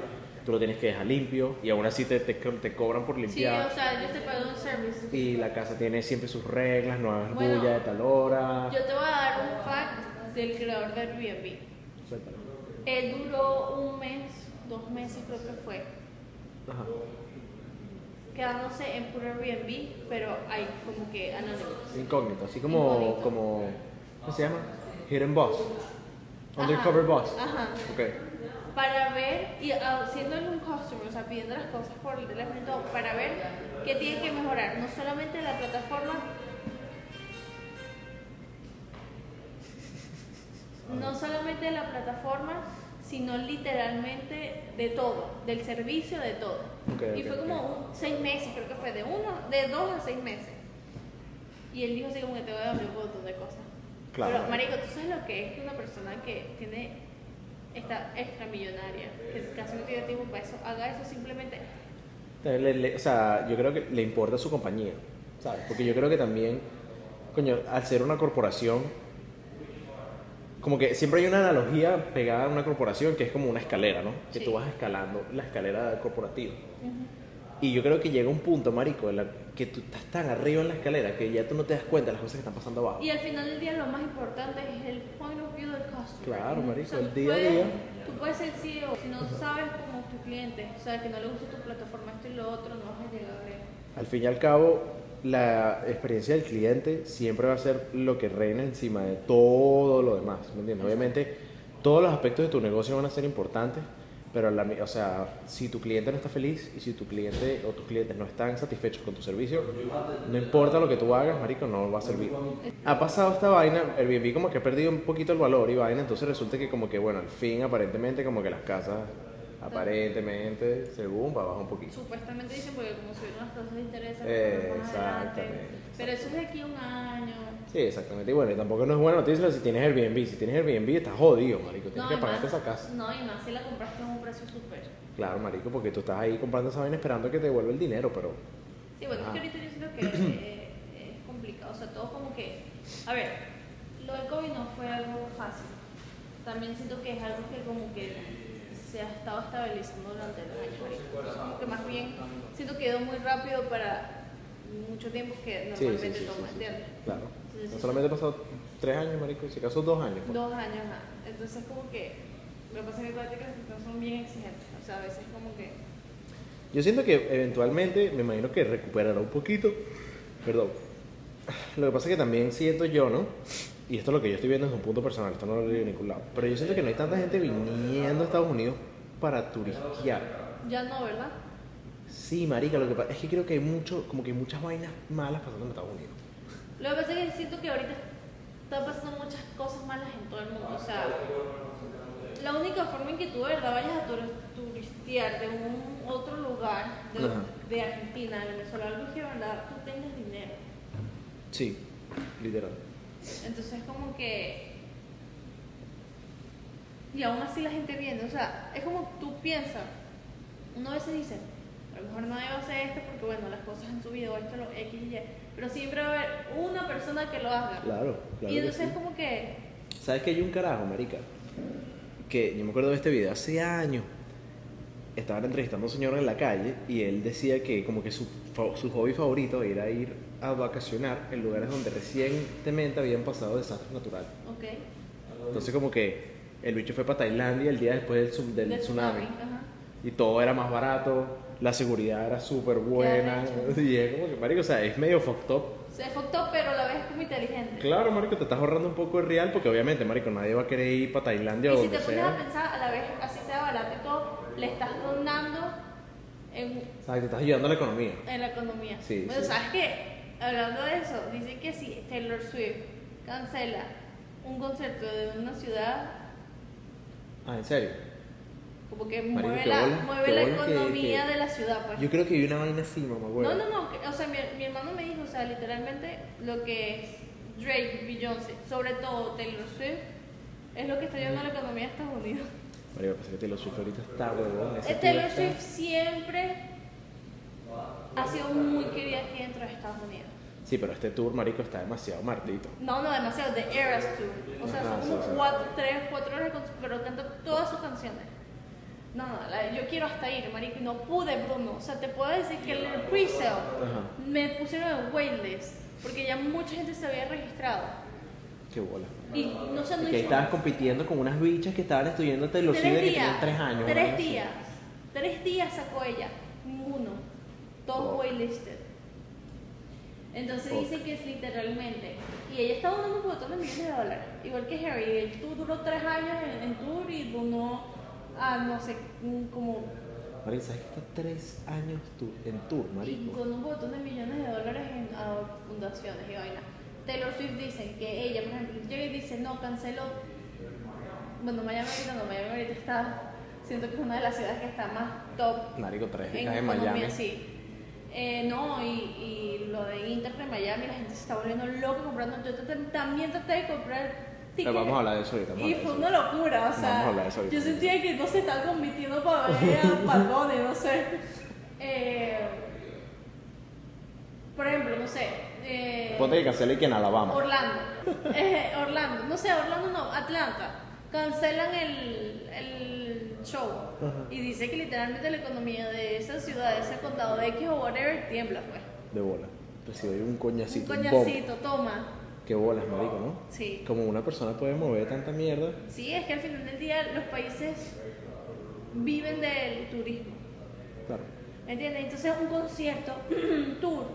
[SPEAKER 1] tú lo tienes que dejar limpio y aún así te, te, te cobran por
[SPEAKER 2] Sí,
[SPEAKER 1] limpiar.
[SPEAKER 2] o sea, ellos te pagan un service.
[SPEAKER 1] y la casa tiene siempre sus reglas, no hagas
[SPEAKER 2] Bueno.
[SPEAKER 1] bulla de tal hora.
[SPEAKER 2] Yo te voy a dar un fact del creador de Airbnb.
[SPEAKER 1] Suéltalo.
[SPEAKER 2] Él duró un mes, dos meses creo que fue,
[SPEAKER 1] Ajá.
[SPEAKER 2] quedándose en puro Airbnb, pero hay como que anónimos.
[SPEAKER 1] Incógnito, así como,
[SPEAKER 2] Incógnito.
[SPEAKER 1] como, ¿cómo se llama? Hidden Boss. Undercover
[SPEAKER 2] Ajá,
[SPEAKER 1] Boss.
[SPEAKER 2] Ajá.
[SPEAKER 1] Ok.
[SPEAKER 2] Para ver, y haciéndole un customer, o sea, pidiendo las cosas por el teléfono y todo, para ver qué tiene que mejorar. No solamente la plataforma. No solamente la plataforma, sino literalmente de todo, del servicio, de todo.
[SPEAKER 1] Ok,
[SPEAKER 2] y
[SPEAKER 1] ok,
[SPEAKER 2] fue como un- seis meses, creo que fue de uno, de dos a seis meses. Y él dijo así como que te voy a dar un montón de cosas.
[SPEAKER 1] Claro.
[SPEAKER 2] Pero, marico, ¿tú sabes lo que es que una persona que tiene esta extra millonaria, que casi no tiene tiempo para eso, haga eso simplemente?
[SPEAKER 1] Eh, Le- le- o sea, yo creo que le importa su compañía, ¿sabes? Porque yo creo que también, coño, al ser una corporación, como que siempre hay una analogía pegada a una corporación que es como una escalera, ¿no? Que
[SPEAKER 2] Sí.
[SPEAKER 1] tú vas escalando la escalera corporativa. Y yo creo que llega un punto, marico, en la que tú estás tan arriba en la escalera que ya tú no te das cuenta de las cosas que están pasando abajo.
[SPEAKER 2] Y al final del día lo más importante es el point of view del customer.
[SPEAKER 1] Claro, marico,
[SPEAKER 2] O sea,
[SPEAKER 1] el
[SPEAKER 2] tú
[SPEAKER 1] día a
[SPEAKER 2] puedes-
[SPEAKER 1] día.
[SPEAKER 2] Tú puedes ser CEO, si no sabes como tu cliente, o sea, que no le gusta tu plataforma, esto y lo otro, no vas a llegar a él.
[SPEAKER 1] Al fin y al cabo, la experiencia del cliente siempre va a ser lo que reina encima de todo lo demás, ¿me entiendes? Obviamente, todos los aspectos de tu negocio van a ser importantes, pero la mi- o sea, si tu cliente no está feliz y si tu cliente o tus clientes no están satisfechos con tu servicio, no importa lo que tú hagas, marico, no va a servir. Ha pasado esta vaina, Airbnb como que ha perdido un poquito el valor y vaina, entonces resulta que como que, bueno, al fin aparentemente como que las casas, aparentemente, según, va bajar un poquito.
[SPEAKER 2] Supuestamente dicen porque como subieron las tasas de interés,
[SPEAKER 1] Eh,
[SPEAKER 2] más adelante.
[SPEAKER 1] exactamente.
[SPEAKER 2] Pero eso es de aquí a un año.
[SPEAKER 1] Sí, exactamente. Y bueno, y tampoco no es buena noticia si tienes Airbnb. Si tienes Airbnb, estás jodido, marico. Tienes
[SPEAKER 2] No,
[SPEAKER 1] que
[SPEAKER 2] y
[SPEAKER 1] pagarte
[SPEAKER 2] más-
[SPEAKER 1] esa casa.
[SPEAKER 2] No, y más si la compraste a un precio súper.
[SPEAKER 1] Claro, marico, porque tú estás ahí comprando esa vaina esperando que te devuelva el dinero, pero...
[SPEAKER 2] Sí, bueno, es que
[SPEAKER 1] Ah.
[SPEAKER 2] ahorita yo siento que eh, es complicado. O sea, todo como que. A ver, lo del COVID no fue algo fácil. También siento que es algo que como que se ha estado estabilizando durante los años. marico. O sea, como que más bien siento que quedó muy rápido para mucho tiempo que
[SPEAKER 1] Sí, sí,
[SPEAKER 2] normalmente
[SPEAKER 1] sí, sí,
[SPEAKER 2] toma,
[SPEAKER 1] sí, sí,
[SPEAKER 2] ¿entiendes?
[SPEAKER 1] Claro.
[SPEAKER 2] Sí, sí,
[SPEAKER 1] No
[SPEAKER 2] sí.
[SPEAKER 1] solamente he pasado tres años, marico, si acaso dos años. pues.
[SPEAKER 2] Dos años más. Entonces, como que. Lo que pasa es que acuérdate que las personas son bien exigentes. O sea, a veces como que.
[SPEAKER 1] Yo siento que eventualmente, me imagino que recuperará un poquito. Perdón. Lo que pasa es que también siento yo, ¿no? Y esto es lo que yo estoy viendo desde un punto personal, esto no lo leo en ningún lado. Pero yo siento que no hay tanta gente viniendo a Estados Unidos para turistear.
[SPEAKER 2] Ya no, ¿verdad?
[SPEAKER 1] Sí, marica, lo que pasa es que creo que hay mucho, como que hay muchas vainas malas pasando en Estados Unidos.
[SPEAKER 2] Lo que pasa es que siento que ahorita están pasando muchas cosas malas en todo el mundo. O sea, la única forma en que tú de verdad vayas a tur- turistear de un otro lugar, de,
[SPEAKER 1] Ajá.
[SPEAKER 2] de Argentina, de Venezuela, algo es que de verdad tú tengas dinero.
[SPEAKER 1] Sí, literal.
[SPEAKER 2] Entonces, como que. Y aún así la gente viene. O sea, es como tú piensas. Uno a veces dice, a lo mejor nadie va a hacer esto porque, bueno, las cosas han subido, esto, lo X y Y. Pero siempre va a haber una persona que lo haga.
[SPEAKER 1] Claro, claro.
[SPEAKER 2] y
[SPEAKER 1] que
[SPEAKER 2] entonces
[SPEAKER 1] sí.
[SPEAKER 2] es como que
[SPEAKER 1] ¿Sabes que hay un carajo, marica? Que yo me acuerdo de este video hace años. Estaban entrevistando a un señor en la calle y él decía que como que su, fa- su hobby favorito era ir a vacacionar en lugares donde recientemente habían pasado desastres naturales.
[SPEAKER 2] Ok.
[SPEAKER 1] Entonces como que el bicho fue para Tailandia el día después del, tsu- del
[SPEAKER 2] Del
[SPEAKER 1] tsunami.
[SPEAKER 2] ajá.
[SPEAKER 1] y todo era más barato, la seguridad era súper buena. [laughs]
[SPEAKER 2] arrecho.
[SPEAKER 1] Y es como que, marico, o sea, es medio fucked up.
[SPEAKER 2] Se foctó, pero a la vez es como inteligente.
[SPEAKER 1] Claro, marico, te estás ahorrando un poco el real porque obviamente, marico, nadie va a querer ir para Tailandia o
[SPEAKER 2] Y si
[SPEAKER 1] donde
[SPEAKER 2] te pones a
[SPEAKER 1] sea.
[SPEAKER 2] pensar, a la vez así sea barato y todo, le estás donando en,
[SPEAKER 1] O sea, te estás ayudando a la economía.
[SPEAKER 2] en la economía.
[SPEAKER 1] Sí,
[SPEAKER 2] Bueno,
[SPEAKER 1] sí.
[SPEAKER 2] ¿sabes qué? Hablando de eso, dice que si Taylor Swift cancela un concierto de una ciudad,
[SPEAKER 1] Ah, en serio.
[SPEAKER 2] como que
[SPEAKER 1] Marico,
[SPEAKER 2] mueve
[SPEAKER 1] qué
[SPEAKER 2] la,
[SPEAKER 1] bola,
[SPEAKER 2] mueve
[SPEAKER 1] qué
[SPEAKER 2] la
[SPEAKER 1] bola que-
[SPEAKER 2] economía
[SPEAKER 1] que-
[SPEAKER 2] de la ciudad, pues.
[SPEAKER 1] Yo creo que hay una vaina así, mamá, güey.
[SPEAKER 2] No, no, no, que- o sea, mi, mi hermano me dijo, o sea, literalmente lo que es Drake, Beyoncé, sobre todo Taylor Swift, es lo que está llevando a la economía de Estados Unidos.
[SPEAKER 1] Marico, pasa que Taylor Swift ahorita está, huevón. ese
[SPEAKER 2] Eh,
[SPEAKER 1] tío
[SPEAKER 2] Taylor
[SPEAKER 1] está-
[SPEAKER 2] Swift siempre ha sido muy querida aquí dentro de Estados Unidos.
[SPEAKER 1] Sí, pero este tour, marico, está demasiado martito.
[SPEAKER 2] No, no, demasiado, The Eras Tour. O sea,
[SPEAKER 1] Ajá,
[SPEAKER 2] son como
[SPEAKER 1] sí, sí.
[SPEAKER 2] 4, 3, 4 horas, de concierto, pero canta todas sus canciones. No, no, la- yo quiero hasta ir, marico, y no pude, Bruno. O sea, te puedo decir que el pre-sale me pusieron en waitlist porque ya mucha gente se había registrado.
[SPEAKER 1] Qué bola.
[SPEAKER 2] Y no sé, no
[SPEAKER 1] Que ahí
[SPEAKER 2] hizo-
[SPEAKER 1] estabas compitiendo con unas bichas que estaban estudiando Taylor Swift
[SPEAKER 2] Tres
[SPEAKER 1] de que
[SPEAKER 2] días.
[SPEAKER 1] tenían tres años. una
[SPEAKER 2] Tres
[SPEAKER 1] vaina así.
[SPEAKER 2] días. Tres días sacó ella. Ninguno. Todos
[SPEAKER 1] Oh.
[SPEAKER 2] waitlisted. Entonces
[SPEAKER 1] Oh.
[SPEAKER 2] dicen que es literalmente. Y ella estaba donando un botón de millones de dólares. Igual que Harry. Él tú duró tres años en, en tour y donó a no sé, mm, como.
[SPEAKER 1] Marico, ¿sabes que está tres años tú, en tour,
[SPEAKER 2] y
[SPEAKER 1] marico?
[SPEAKER 2] Donó un botón de millones de dólares en, a fundaciones y vainas. Taylor Swift dice que ella, por ejemplo, llega y dice: No, canceló Bueno, Miami ahorita no, Miami ahorita está, siento que es una de las ciudades que está más top
[SPEAKER 1] Marico, tres
[SPEAKER 2] en
[SPEAKER 1] días en
[SPEAKER 2] economía,
[SPEAKER 1] Miami.
[SPEAKER 2] sí. Eh, no, y, y lo de Internet en Miami, la gente se está volviendo loca comprando. Yo tra- también traté de comprar
[SPEAKER 1] Pero
[SPEAKER 2] tickets.
[SPEAKER 1] vamos a hablar de eso ahorita. vamos a
[SPEAKER 2] Y
[SPEAKER 1] hablar de
[SPEAKER 2] fue
[SPEAKER 1] eso.
[SPEAKER 2] una locura, o
[SPEAKER 1] Vamos a
[SPEAKER 2] sea,
[SPEAKER 1] hablar de eso ahorita.
[SPEAKER 2] yo sentía que no se estaban compitiendo para ver
[SPEAKER 1] [laughs]
[SPEAKER 2] a Balbones, no sé. Eh, por ejemplo, no sé. eh,
[SPEAKER 1] Ponte que cancele que en Alabama.
[SPEAKER 2] Orlando. [laughs] Eh, Orlando. No sé, Orlando no, Atlanta. Cancelan el, el show. Y dice que literalmente la economía de esa ciudad, de ese condado de X o whatever, tiembla, pues.
[SPEAKER 1] De bola. Recibe un
[SPEAKER 2] Un
[SPEAKER 1] coñacito. Un
[SPEAKER 2] coñacito, toma.
[SPEAKER 1] bombo. Qué bolas, marico, ¿no?
[SPEAKER 2] Sí.
[SPEAKER 1] Como una persona puede mover tanta mierda.
[SPEAKER 2] Sí, es que al final del día los países viven del turismo.
[SPEAKER 1] Claro.
[SPEAKER 2] ¿Entiendes? Entonces un concierto, [clears throat] un tour,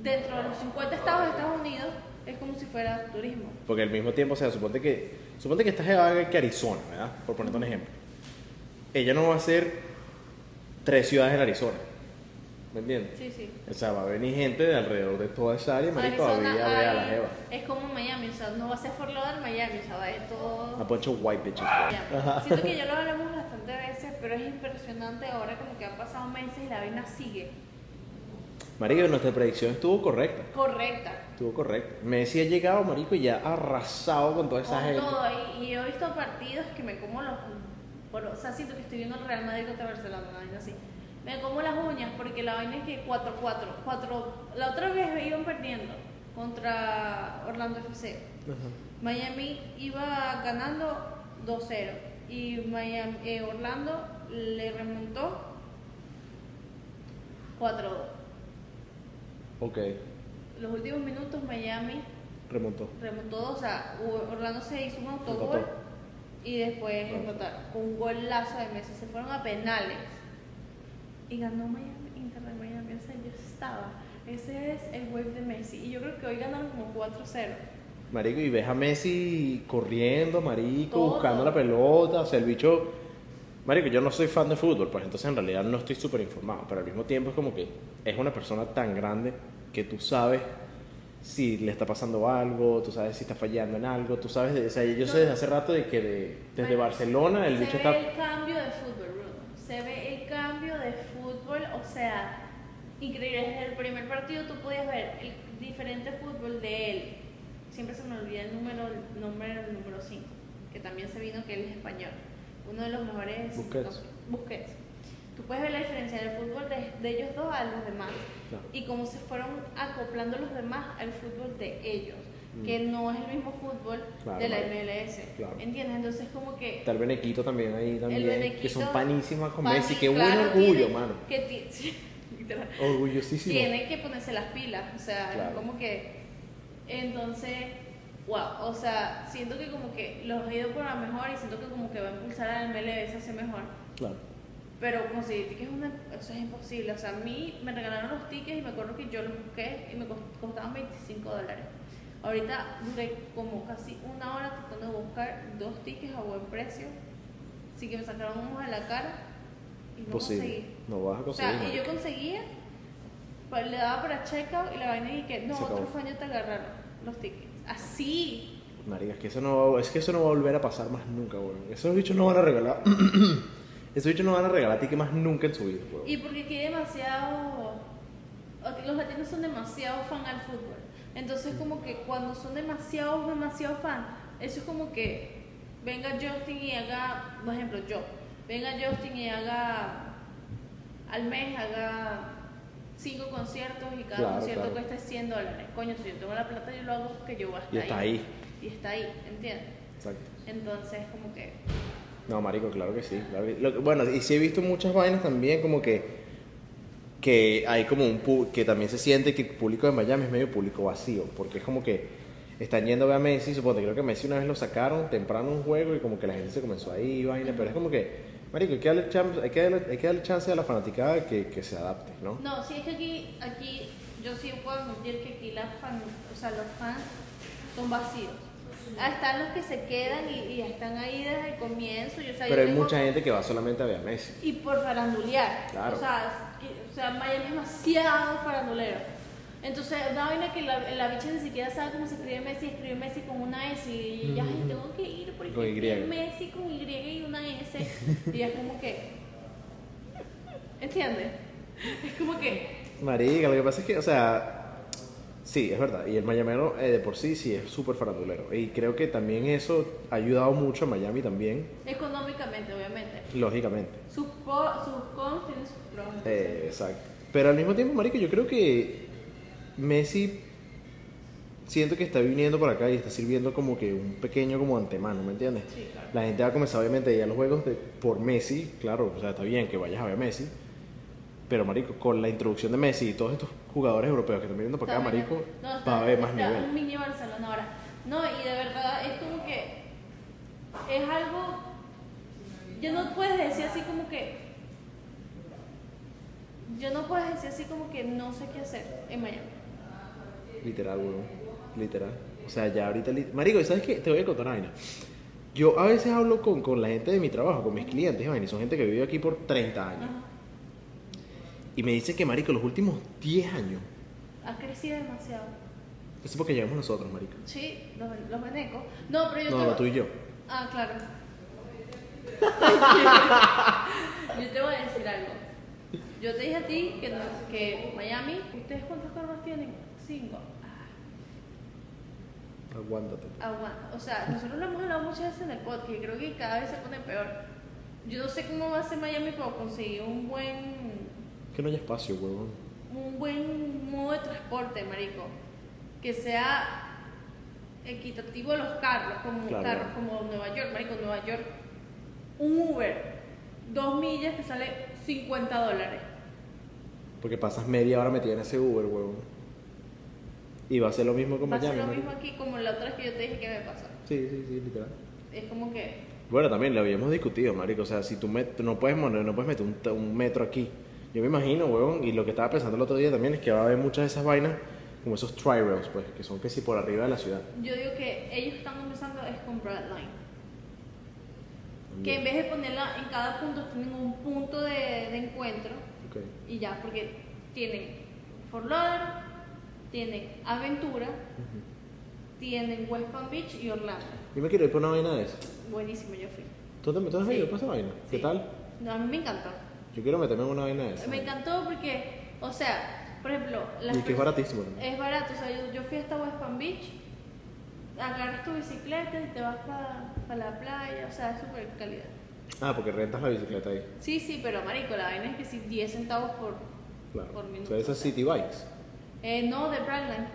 [SPEAKER 2] dentro de los 50 estados de Estados Unidos, es como si fuera turismo.
[SPEAKER 1] Porque al mismo tiempo, o sea, suponte que, suponte que estás en que Arizona, ¿verdad? Por ponerte un ejemplo. Ella no va a hacer tres ciudades en Arizona. ¿Me entiendes?
[SPEAKER 2] Sí, sí.
[SPEAKER 1] O sea, va a venir gente de alrededor de toda esa área, marico, a ver a ver a la
[SPEAKER 2] hay-
[SPEAKER 1] jeva.
[SPEAKER 2] Es como Miami, o sea, no va a ser Fort Lauderdale, Miami, o sea, va a ir
[SPEAKER 1] A
[SPEAKER 2] todo.
[SPEAKER 1] bunch of white bitches.
[SPEAKER 2] Miami. Siento que ya lo hablamos bastante veces, pero es impresionante ahora como que han pasado meses y la vaina sigue
[SPEAKER 1] Marico, nuestra predicción estuvo correcta.
[SPEAKER 2] correcta.
[SPEAKER 1] Estuvo correcta. Messi ha llegado, marico, y ya ha arrasado con toda esa
[SPEAKER 2] Con
[SPEAKER 1] gente.
[SPEAKER 2] todo, y, y he visto partidos que me como los. por- o sea, siento que estoy viendo el Real Madrid contra Barcelona, una vaina así. Me como las uñas porque la vaina es que 4-4. 4 La otra vez iban perdiendo contra Orlando FC. Miami iba ganando 2-0 y Miami, eh, Orlando le remontó 4-2.
[SPEAKER 1] Ok,
[SPEAKER 2] Los últimos minutos Miami
[SPEAKER 1] remontó.
[SPEAKER 2] remontó, o sea, U- Orlando se hizo un autogol
[SPEAKER 1] Empató.
[SPEAKER 2] y después
[SPEAKER 1] Claro.
[SPEAKER 2] empataron con un golazo de Messi, se fueron a penales y ganó Miami, Inter de Miami, o sea, yo estaba. Ese es el wave de Messi y yo creo que hoy ganaron como 4-0.
[SPEAKER 1] Marico, y ves a Messi corriendo, marico,
[SPEAKER 2] Todo.
[SPEAKER 1] buscando la pelota, o sea, el bicho... Marico, yo no soy fan de fútbol, pues entonces en realidad no estoy súper informado, pero al mismo tiempo es como que es una persona tan grande que tú sabes si le está pasando algo, tú sabes si está fallando en algo, tú sabes, de- o sea, yo
[SPEAKER 2] No.
[SPEAKER 1] sé desde hace rato de que de- desde
[SPEAKER 2] Bueno,
[SPEAKER 1] Barcelona el
[SPEAKER 2] se
[SPEAKER 1] bicho
[SPEAKER 2] ve
[SPEAKER 1] está...
[SPEAKER 2] el cambio de fútbol, Bruno. Se ve el cambio de fútbol, o sea, increíble. Desde el primer partido tú podías ver el diferente fútbol de él. Siempre se me olvida el número, el nombre del número 5, que también se vino que él es español. Uno de los mejores.
[SPEAKER 1] Busquets.
[SPEAKER 2] no, Busquets. Tú puedes ver la diferencia del fútbol de, de ellos dos a los demás
[SPEAKER 1] Claro.
[SPEAKER 2] y cómo se fueron acoplando los demás al fútbol de ellos, que no es el mismo fútbol
[SPEAKER 1] Mm. Claro,
[SPEAKER 2] de la
[SPEAKER 1] vale.
[SPEAKER 2] MLS.
[SPEAKER 1] Claro.
[SPEAKER 2] ¿Entiendes? Entonces, como que
[SPEAKER 1] Está el Benequito también ahí también,
[SPEAKER 2] Benequito,
[SPEAKER 1] que son panísimas con
[SPEAKER 2] Pani,
[SPEAKER 1] Messi, qué
[SPEAKER 2] claro,
[SPEAKER 1] buen orgullo,
[SPEAKER 2] tiene-
[SPEAKER 1] mano.
[SPEAKER 2] Que ti- [laughs] sí, literal.
[SPEAKER 1] Orgullosísimo.
[SPEAKER 2] tiene que ponerse las pilas, o sea, es
[SPEAKER 1] Claro.
[SPEAKER 2] como que. Entonces, wow, o sea, siento que como que los he ido por la mejor y siento que como que va a impulsar al MLS a ser mejor.
[SPEAKER 1] Claro.
[SPEAKER 2] Pero conseguir tickets es una, eso es imposible. O sea, a mí me regalaron los tickets y me acuerdo que yo los busqué y me cos- costaban 25 dólares. Ahorita duré como casi una hora tratando de buscar dos tickets a buen precio. Así que me sacaron unos a la cara y no
[SPEAKER 1] Posible.
[SPEAKER 2] conseguí.
[SPEAKER 1] No vas a
[SPEAKER 2] O
[SPEAKER 1] conseguir.
[SPEAKER 2] sea, y
[SPEAKER 1] marico.
[SPEAKER 2] yo conseguía, pa- le daba para checkout y la vaina y que no,
[SPEAKER 1] Se acabó.
[SPEAKER 2] otro año te agarraron los tickets. Así.
[SPEAKER 1] Marica, es que eso no va, es que eso no va a volver a pasar más nunca, weón. Esos bichos no van a regalar. [clears throat] Esos bichos no van a regalar tickets más nunca en su vida, weón.
[SPEAKER 2] Y porque aquí hay demasiado. o- Los latinos son demasiado fan al fútbol. Entonces, como que cuando son demasiado, demasiado fan, eso es como que venga Justin y haga, por ejemplo, yo, venga Justin y haga al mes, haga cinco conciertos y cada
[SPEAKER 1] Claro,
[SPEAKER 2] concierto
[SPEAKER 1] claro.
[SPEAKER 2] cuesta 100 dólares. Coño, si yo tengo la plata, yo lo hago porque yo voy hasta
[SPEAKER 1] Y está ahí.
[SPEAKER 2] Y está ahí, ¿entiendes?
[SPEAKER 1] Exacto.
[SPEAKER 2] Entonces, como que
[SPEAKER 1] No, marico, claro que sí. claro que- lo que- bueno, y sí he visto muchas vainas también como que que hay como un pu- que también se siente que el público de Miami es medio público vacío, porque es como que están yendo a ver a Messi, supongo, creo que Messi una vez lo sacaron temprano un juego y como que la gente se comenzó ahí, vaina, pero es como que, marico, hay que darle chance, hay que darle- hay que darle chance a la fanaticada que, que se adapte, ¿no?
[SPEAKER 2] No, sí es que aquí, aquí yo sí puedo admitir que aquí la fan, o sea, los fans son vacíos. Ah, están los que se quedan y, y están ahí desde el comienzo. y, o sea, yo
[SPEAKER 1] Pero hay
[SPEAKER 2] tengo-
[SPEAKER 1] mucha gente que va solamente a ver a Messi.
[SPEAKER 2] Y por farandulear.
[SPEAKER 1] Claro.
[SPEAKER 2] O, sea, que- o sea, Miami es demasiado farandulero. Entonces, una vaina que la, la bicha ni siquiera sabe cómo se escribe Messi, escribe Messi con una S y ya "Ay, tengo que ir porque
[SPEAKER 1] Con Y.
[SPEAKER 2] escribe Messi con Y y una S. y es como que. ¿Entiendes? Es como que.
[SPEAKER 1] Marica, lo que pasa es que, o sea, sí, es verdad. Y el mayamero eh, de por sí sí es súper farandulero. Y creo que también eso ha ayudado mucho a Miami también,
[SPEAKER 2] Económicamente, obviamente.
[SPEAKER 1] lógicamente.
[SPEAKER 2] Sus, po- sus cons tienen sus pros.
[SPEAKER 1] Eh, exacto. Pero al mismo tiempo, marica, yo creo que Messi siento que está viniendo para acá y está sirviendo como que un pequeño como antemano, ¿me entiendes?
[SPEAKER 2] Sí, claro.
[SPEAKER 1] La gente va a comenzar obviamente a ir a los juegos de- por Messi, claro, o sea, está bien que vayas a ver a Messi, pero marico, con la introducción de Messi y todos estos jugadores europeos que están viniendo para acá,
[SPEAKER 2] Está bien.
[SPEAKER 1] marico,
[SPEAKER 2] No, está-
[SPEAKER 1] va a haber más
[SPEAKER 2] está
[SPEAKER 1] nivel.
[SPEAKER 2] un mini Barcelona ahora. No, y de verdad es como que es algo. Yo no puedes decir así como que. Yo no puedes decir así como que no sé qué hacer en Miami.
[SPEAKER 1] Literal, weón. Literal. O sea, ya ahorita. li- Marico, ¿sabes qué? Te voy a contar una vaina. Yo a veces hablo con, con la gente de mi trabajo, con mis clientes, vaina, y son gente que vive aquí por 30 años.
[SPEAKER 2] Ajá.
[SPEAKER 1] Y me dice que, Marico, los últimos 10 años.
[SPEAKER 2] Ha crecido demasiado.
[SPEAKER 1] Eso es porque llegamos nosotros, Marico.
[SPEAKER 2] Sí, los, los venecos. No, pero yo
[SPEAKER 1] No,
[SPEAKER 2] te-
[SPEAKER 1] no, tú y yo.
[SPEAKER 2] Ah, claro. yo te voy a decir algo. Yo te dije a ti que, no- que Miami, ¿ustedes cuántas curvas tienen? Cinco. Ah,
[SPEAKER 1] Aguántate.
[SPEAKER 2] Aguanta. O sea, nosotros lo hemos hablado muchas veces en el podcast y creo que cada vez se pone peor. Yo no sé cómo va a ser Miami para conseguir un buen,
[SPEAKER 1] Que no hay espacio, huevón.
[SPEAKER 2] un buen modo de transporte, marico. Que sea equitativo a los carros, como
[SPEAKER 1] Claro.
[SPEAKER 2] carros como Nueva York, marico, Nueva York. Un Uber, dos millas te sale 50 dólares.
[SPEAKER 1] Porque pasas media hora metida en ese Uber, huevón. Y va a ser lo mismo con
[SPEAKER 2] Va a ser
[SPEAKER 1] Miami,
[SPEAKER 2] lo
[SPEAKER 1] marico.
[SPEAKER 2] mismo aquí como la otra vez que yo te dije que me pasó.
[SPEAKER 1] Sí, sí, sí, literal.
[SPEAKER 2] Es como que
[SPEAKER 1] Bueno, también lo habíamos discutido, marico. O sea, si tú met- no puedes poner, no puedes meter un, t- un metro aquí. Yo me imagino, huevón, y lo que estaba pensando el otro día también es que va a haber muchas de esas vainas, como esos tri-rails, pues, que son que si por arriba de la ciudad.
[SPEAKER 2] yo digo que ellos están empezando es con Broadline. Que en vez de ponerla en cada punto, tienen un punto de, de encuentro
[SPEAKER 1] Ok.
[SPEAKER 2] y ya, porque tienen Fort Lauderdale, tienen Aventura, tienen West Palm Beach y Orlando.
[SPEAKER 1] Yo me quiero ir por una vaina de eso.
[SPEAKER 2] Buenísimo, yo fui.
[SPEAKER 1] ¿Tú te metes
[SPEAKER 2] Sí.
[SPEAKER 1] ahí esa vaina? ¿Qué
[SPEAKER 2] Sí.
[SPEAKER 1] tal?
[SPEAKER 2] No, a mí me encantó.
[SPEAKER 1] Yo quiero meterme en una vaina de esa.
[SPEAKER 2] Me encantó porque, o sea, por ejemplo, las
[SPEAKER 1] Y que es
[SPEAKER 2] perso-
[SPEAKER 1] baratísimo. ¿no?
[SPEAKER 2] Es barato, o sea, yo, yo fui hasta West Palm Beach, agarras tu bicicleta y te vas para la playa, o sea, es súper calidad.
[SPEAKER 1] Ah, porque rentas la bicicleta ahí.
[SPEAKER 2] Sí, sí, pero marico, la vaina es que si 10 centavos por...
[SPEAKER 1] Claro.
[SPEAKER 2] Por minuto.
[SPEAKER 1] Pero esas city bikes.
[SPEAKER 2] Eh, no, de Brandline.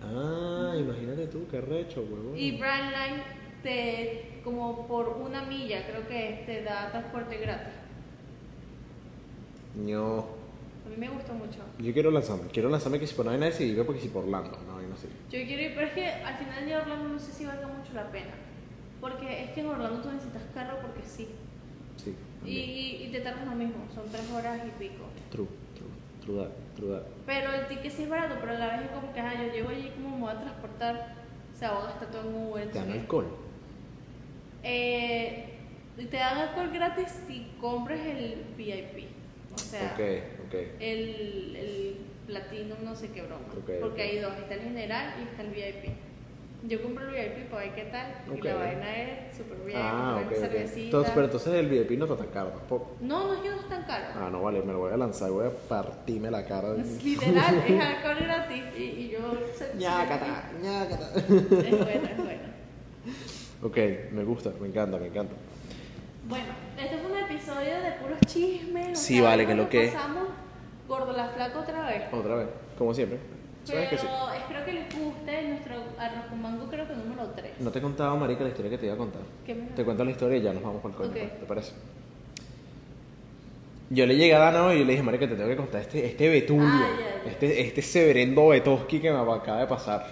[SPEAKER 1] Ah, imagínate tú, qué recho, huevón.
[SPEAKER 2] Y Brandline te, como por una milla, creo que es, te da transporte gratis.
[SPEAKER 1] No.
[SPEAKER 2] A mí me gustó mucho.
[SPEAKER 1] Yo quiero lanzarme. Quiero lanzarme que si por una vaina de esa y veo porque si por Orlando, una vaina así.
[SPEAKER 2] Yo quiero ir, pero es que al final de Orlando no sé si valga mucho la pena. Porque es que en Orlando tú necesitas carro porque sí.
[SPEAKER 1] Sí.
[SPEAKER 2] Y,
[SPEAKER 1] también.
[SPEAKER 2] y, y te tardas lo mismo, son tres horas y pico.
[SPEAKER 1] True, true, true that, true that.
[SPEAKER 2] Pero el ticket sí es barato, pero a la vez es como que, ah, yo llego allí como me voy a transportar, se va a gastar todo en Uber.
[SPEAKER 1] Te dan
[SPEAKER 2] entonces-
[SPEAKER 1] alcohol.
[SPEAKER 2] Eh, te dan alcohol gratis si compras el VIP. O sea,
[SPEAKER 1] Ok, ok.
[SPEAKER 2] el, el Platinum no sé qué broma.
[SPEAKER 1] Ok, ok.
[SPEAKER 2] porque hay dos, está el general y está el VIP. Yo compro el VIP para ver qué tal.
[SPEAKER 1] Ok.
[SPEAKER 2] Y la vaina es súper bien.
[SPEAKER 1] ah,
[SPEAKER 2] te dan
[SPEAKER 1] ok, ok.
[SPEAKER 2] cervecita.
[SPEAKER 1] Entonces, pero entonces el VIP no está tan caro tampoco.
[SPEAKER 2] No, no es que no es tan caro.
[SPEAKER 1] Ah, no vale, me lo voy a lanzar, voy a partirme la cara. [laughs]
[SPEAKER 2] Es literal, es alcohol gratis. Y, y yo. se-
[SPEAKER 1] Ñácata, ñácata.
[SPEAKER 2] Es bueno, es bueno.
[SPEAKER 1] Ok, me gusta, me encanta, me encanta.
[SPEAKER 2] Bueno, este fue un episodio de puros chismes. o
[SPEAKER 1] Sí,
[SPEAKER 2] sea,
[SPEAKER 1] vale, que lo que-
[SPEAKER 2] Pasamos gordo la flaca otra vez.
[SPEAKER 1] Otra vez, como siempre. ¿Sabes
[SPEAKER 2] Pero
[SPEAKER 1] que sí?
[SPEAKER 2] espero que les guste nuestro arroz con mango, creo que número 3.
[SPEAKER 1] No te he contado, marica, la historia que te iba a contar.
[SPEAKER 2] ¿Qué me-
[SPEAKER 1] Te cuento la historia y ya nos vamos con el coño,
[SPEAKER 2] Ok.
[SPEAKER 1] ¿te parece? Yo le llegué a Dana hoy y yo le dije, marica, te tengo que contar este, este betulio,
[SPEAKER 2] Ah, ya, ya.
[SPEAKER 1] este, este severendo Betoski que me acaba de pasar.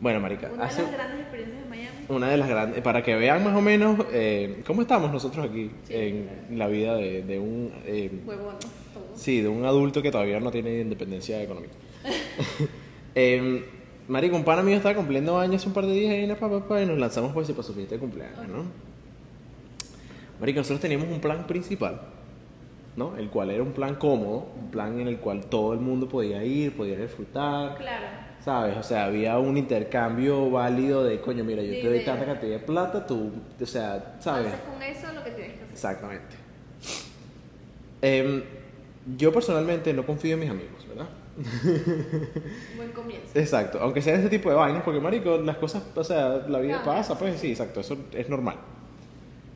[SPEAKER 1] Bueno, marica,
[SPEAKER 2] Una
[SPEAKER 1] hace
[SPEAKER 2] de las grandes experiencias de Miami.
[SPEAKER 1] una de las grandes, para que vean más o menos eh, cómo estamos nosotros aquí
[SPEAKER 2] Sí,
[SPEAKER 1] en
[SPEAKER 2] claro.
[SPEAKER 1] la vida de, de un... eh,
[SPEAKER 2] Huevones, todos.
[SPEAKER 1] Sí, de un adulto que todavía no tiene independencia económica. [laughs] eh, marico, un pana mío estaba cumpliendo años hace un par de días y, na, pa, pa, pa, y nos lanzamos pues y para su fiesta de cumpleaños, ¿no? Marico, nosotros teníamos un plan principal, ¿no? El cual era un plan cómodo, un plan en el cual todo el mundo podía ir, podía disfrutar,
[SPEAKER 2] Claro.
[SPEAKER 1] ¿sabes? O sea, había un intercambio válido de, coño, mira, yo
[SPEAKER 2] De
[SPEAKER 1] te doy
[SPEAKER 2] ideas.
[SPEAKER 1] tanta cantidad de plata, tú, o sea, ¿sabes?
[SPEAKER 2] Haces con eso lo que tienes que hacer.
[SPEAKER 1] Exactamente. Em, yo personalmente no confío en mis amigos, ¿verdad?
[SPEAKER 2] Buen comienzo.
[SPEAKER 1] Exacto, aunque sean este tipo de vainas, porque marico, las cosas, o sea, la vida
[SPEAKER 2] Cambia,
[SPEAKER 1] pasa, pues sí, exacto, eso es normal.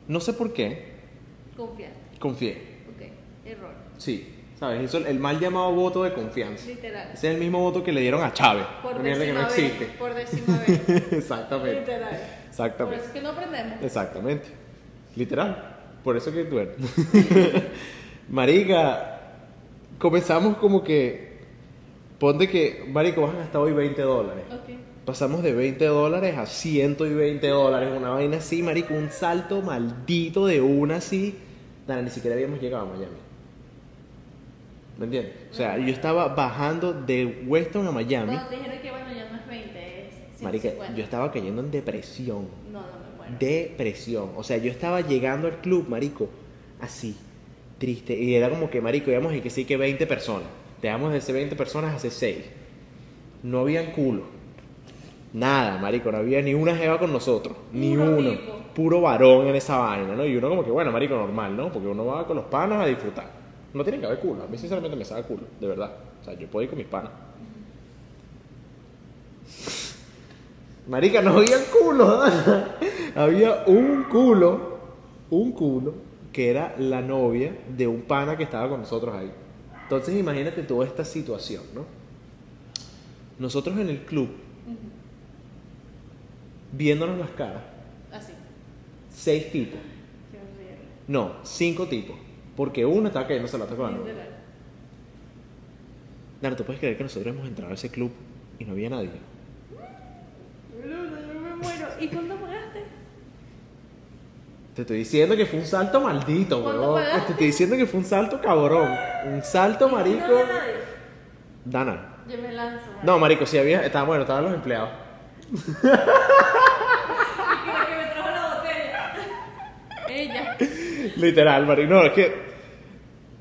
[SPEAKER 1] No sé por qué
[SPEAKER 2] Confiar.
[SPEAKER 1] confié,
[SPEAKER 2] Ok. Error.
[SPEAKER 1] sí, ¿sabes? Eso, el mal llamado voto de confianza.
[SPEAKER 2] Literal.
[SPEAKER 1] Ese es el mismo voto que le dieron a Chávez,
[SPEAKER 2] Por
[SPEAKER 1] una mierda que
[SPEAKER 2] décima
[SPEAKER 1] no
[SPEAKER 2] vez.
[SPEAKER 1] existe. [laughs]
[SPEAKER 2] Por décima vez.
[SPEAKER 1] Exactamente,
[SPEAKER 2] Literal. Por eso
[SPEAKER 1] exactamente,
[SPEAKER 2] es que no aprendemos.
[SPEAKER 1] exactamente. Literal, por eso que, bueno. Marica, comenzamos como que. Ponte que, Marico, vas a gastar hoy 20 dólares.
[SPEAKER 2] Ok.
[SPEAKER 1] Pasamos de 20 dólares a 120 dólares. Una vaina así, Marico, un salto maldito de una así. Nada, ni siquiera habíamos llegado a Miami. ¿Me entiendes? O sea, yo estaba bajando de Weston a Miami.
[SPEAKER 2] Cuando te dijeron que bueno, ya no es 20, es 150.
[SPEAKER 1] Marica, yo estaba cayendo en depresión.
[SPEAKER 2] No, no me muero.
[SPEAKER 1] Depresión. O sea, yo estaba llegando al club, marico, así, triste. Y era como que, marico, íbamos y que sí que 20 personas. Dejamos de ser 20 personas hace 6. No habían culo. Nada, marico, no había ni una jeva con nosotros. Ni
[SPEAKER 2] Puro
[SPEAKER 1] uno.
[SPEAKER 2] tipo.
[SPEAKER 1] Puro varón en esa vaina, ¿no? Y uno como que, bueno, marico, normal, ¿no? Porque uno va con los panas a disfrutar. No tiene que haber culo. A mí sinceramente me sabe culo, de verdad. O sea, yo puedo ir con mis panas. Marica, no había culo. [laughs] había un culo, un culo, que era la novia de un pana que estaba con nosotros ahí. Entonces imagínate toda esta situación, ¿no? Nosotros en el club,
[SPEAKER 2] Ujú.
[SPEAKER 1] viéndonos las caras,
[SPEAKER 2] Así.
[SPEAKER 1] seis tipos.
[SPEAKER 2] Qué horrible.
[SPEAKER 1] No, cinco tipos. Porque uno estaba cayéndose la con la novia.
[SPEAKER 2] Literal.
[SPEAKER 1] Claro, ¿tú puedes creer que nosotros hemos entrado a ese club y no había nadie?
[SPEAKER 2] Bruno, yo me muero. ¿Y cuánto pagaste?
[SPEAKER 1] Te estoy diciendo que fue un salto maldito,
[SPEAKER 2] ¿Cuánto
[SPEAKER 1] weón.
[SPEAKER 2] pagaste?
[SPEAKER 1] Te estoy diciendo que fue un salto cabrón. Un salto, marico.
[SPEAKER 2] No había nadie.
[SPEAKER 1] Dana.
[SPEAKER 2] Yo me lanzo.
[SPEAKER 1] No, marico, sí había, estaban, bueno, estaban los empleados. [laughs]
[SPEAKER 2] Creo que me trajo la botella. [laughs] Ella.
[SPEAKER 1] Literal, marico. No, es que,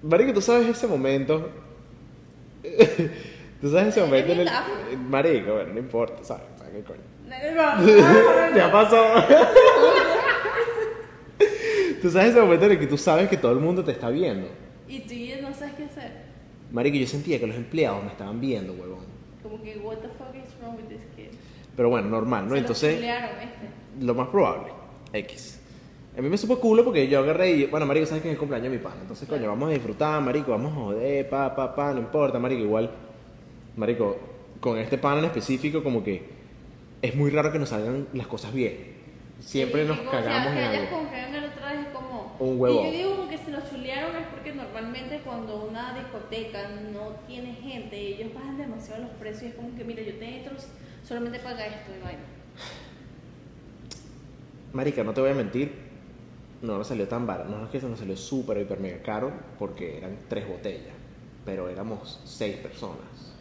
[SPEAKER 1] marico, tú sabes ese momento. [laughs] tú sabes ese
[SPEAKER 2] Es
[SPEAKER 1] momento en
[SPEAKER 2] mi
[SPEAKER 1] el,
[SPEAKER 2] gafe.
[SPEAKER 1] marico, bueno, no importa, sabes, ¿sabes qué coño.
[SPEAKER 2] Nadie va.
[SPEAKER 1] Te ha pasado. tú sabes ese momento en el que tú sabes que todo el mundo te está viendo.
[SPEAKER 2] Y tú ya no sabes qué hacer.
[SPEAKER 1] Marico, yo sentía que los empleados me estaban viendo, huevón.
[SPEAKER 2] Como que, what the fuck is wrong with this kid?
[SPEAKER 1] Pero bueno, normal, ¿no?
[SPEAKER 2] Se
[SPEAKER 1] Entonces.
[SPEAKER 2] Los pelearon, este.
[SPEAKER 1] Lo más probable, X. A mí me supo culo porque yo agarré y, bueno, marico, sabes que es el cumpleaños de mi pana. Entonces, coño, vamos a disfrutar, marico, vamos a joder, pa, pa, pa, no importa, marico, igual. Marico, con este pana en específico, como que es muy raro que nos salgan las cosas bien. Siempre
[SPEAKER 2] Y
[SPEAKER 1] nos
[SPEAKER 2] confiar-
[SPEAKER 1] cagamos en
[SPEAKER 2] que ellas
[SPEAKER 1] algo.
[SPEAKER 2] confían en el otro es como.
[SPEAKER 1] Un huevo.
[SPEAKER 2] Y yo digo como que se los chulearon es porque normalmente cuando una discoteca no tiene gente, ellos bajan demasiado los precios. Es como que, mira, yo te entro solamente paga esto y vaina.
[SPEAKER 1] Marica, no te voy a mentir, no nos salió tan barato. No es que se nos salió súper, hiper, mega caro porque eran tres botellas, pero éramos seis personas.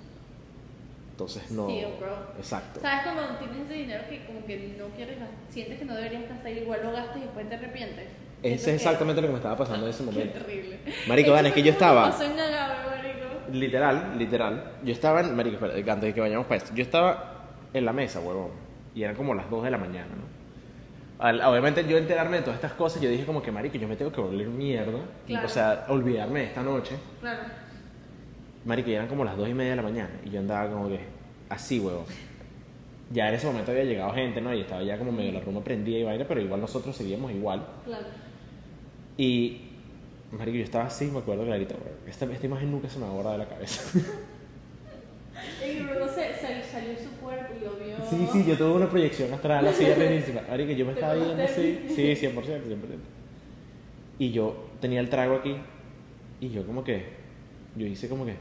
[SPEAKER 1] Entonces, no.
[SPEAKER 2] Sí, bro.
[SPEAKER 1] Exacto.
[SPEAKER 2] ¿Sabes cuando tienes ese dinero que como que no quieres gastar, sientes que no deberías gastar, igual lo gastas y después te arrepientes?
[SPEAKER 1] Eso
[SPEAKER 2] Siento
[SPEAKER 1] es
[SPEAKER 2] que-
[SPEAKER 1] exactamente lo que me estaba pasando
[SPEAKER 2] [laughs]
[SPEAKER 1] en ese
[SPEAKER 2] Qué
[SPEAKER 1] momento.
[SPEAKER 2] terrible.
[SPEAKER 1] Marico,
[SPEAKER 2] Eso
[SPEAKER 1] vale, es
[SPEAKER 2] fue
[SPEAKER 1] que yo
[SPEAKER 2] como me
[SPEAKER 1] estaba-
[SPEAKER 2] pasó en Agave, marico.
[SPEAKER 1] Literal, literal. Yo estaba en. Marico, espera, antes de que vayamos para esto. Yo estaba en la mesa, huevón. Y eran como las 2 de la mañana, ¿no? Al- obviamente, yo enterarme de todas estas cosas, yo dije como que, Marico, yo me tengo que volver mierda.
[SPEAKER 2] Claro.
[SPEAKER 1] O sea, olvidarme de esta noche.
[SPEAKER 2] Claro.
[SPEAKER 1] Marico, y eran como las 2 y media de la mañana. Y yo andaba como que. Así, huevón. Ya en ese momento había llegado gente, ¿no? Y estaba ya como medio la rumba prendida y vaina, pero igual nosotros seguíamos igual.
[SPEAKER 2] Claro.
[SPEAKER 1] Y, marico, yo estaba así, me acuerdo clarito, güey. Esta, esta imagen nunca se me borra de la cabeza.
[SPEAKER 2] Y Bruno se, se- salió su cuerpo y lo vio.
[SPEAKER 1] Sí, sí, yo tuve una proyección astral así de buenísima. Ahorita yo me
[SPEAKER 2] Te
[SPEAKER 1] estaba viendo
[SPEAKER 2] mamaste.
[SPEAKER 1] así. Sí, 100%, 100%. Y yo tenía el trago aquí. Y yo como que. Yo hice como que.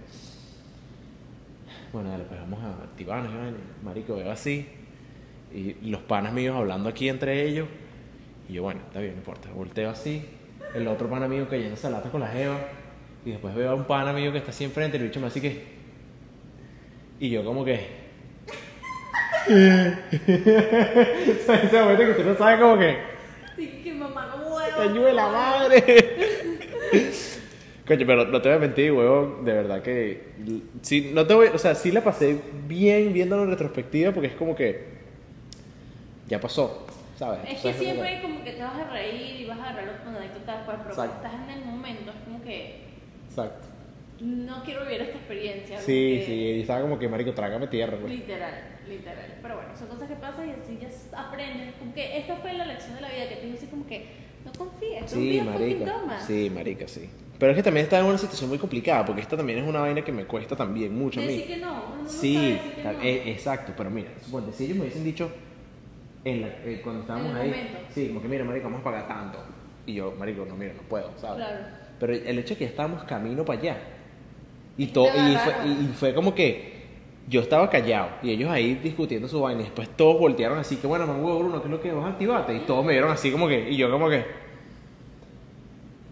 [SPEAKER 1] Bueno, dale, pues vamos a activarnos, ¿no? marico, veo así. Y los panas míos hablando aquí entre ellos. Y yo, bueno, está bien, no importa. Volteo así. El otro pana mío cayéndose a lata con la jeva. Y después veo a un pana mío que está así enfrente. El bicho me hace que. Y yo, como que. ¿Sabes ese momento que usted no sabe como que?
[SPEAKER 2] Sí, que mamá no huevo.
[SPEAKER 1] ¡Ayude la madre! [laughs] Coño, pero no te voy a mentir, huevón. De verdad que. Sí, no te voy, o sea, sí la pasé bien viéndolo en retrospectiva porque es como que. Ya pasó, ¿sabes?
[SPEAKER 2] Es que
[SPEAKER 1] ¿Sabes cómo
[SPEAKER 2] siempre como que te vas a reír y vas a agarrar los anécdotas después, pero cuando
[SPEAKER 1] Exacto.
[SPEAKER 2] estás en el momento es como que
[SPEAKER 1] Exacto.
[SPEAKER 2] no quiero vivir esta experiencia.
[SPEAKER 1] Sí,
[SPEAKER 2] porque-
[SPEAKER 1] sí, y estaba como que, marico, trágame tierra, pues. güey.
[SPEAKER 2] Literal, literal. Pero bueno, son cosas que pasan y así ya s- aprendes. Como que esta fue la lección de la vida que te dijo así como que no confíes, no
[SPEAKER 1] Sí,
[SPEAKER 2] confías fucking
[SPEAKER 1] marica.
[SPEAKER 2] toma.
[SPEAKER 1] Sí, marica, sí. Pero es que también estaba en una situación muy complicada porque esta también es una vaina que me cuesta también mucho a mí.
[SPEAKER 2] Decir que no, uno no sabe
[SPEAKER 1] Sí,
[SPEAKER 2] decir que
[SPEAKER 1] ta-
[SPEAKER 2] no.
[SPEAKER 1] e- exacto, pero mira, suponte, si ellos me hubiesen dicho en la- eh, cuando estábamos
[SPEAKER 2] En el
[SPEAKER 1] ahí,
[SPEAKER 2] momento.
[SPEAKER 1] sí, como que mira, marico, vamos a pagar tanto. Y yo, marico, no, mira, no puedo, ¿sabes?
[SPEAKER 2] Claro.
[SPEAKER 1] Pero el hecho es que ya estábamos camino para allá. Y,
[SPEAKER 2] Te
[SPEAKER 1] todo, y, fue,
[SPEAKER 2] agarraron.
[SPEAKER 1] y- y fue como que yo estaba callado y ellos ahí discutiendo su vaina. Y después todos voltearon así que, bueno, mango Bruno, ¿qué es lo que vas a activarte? Y todos me vieron así como que, y yo como que,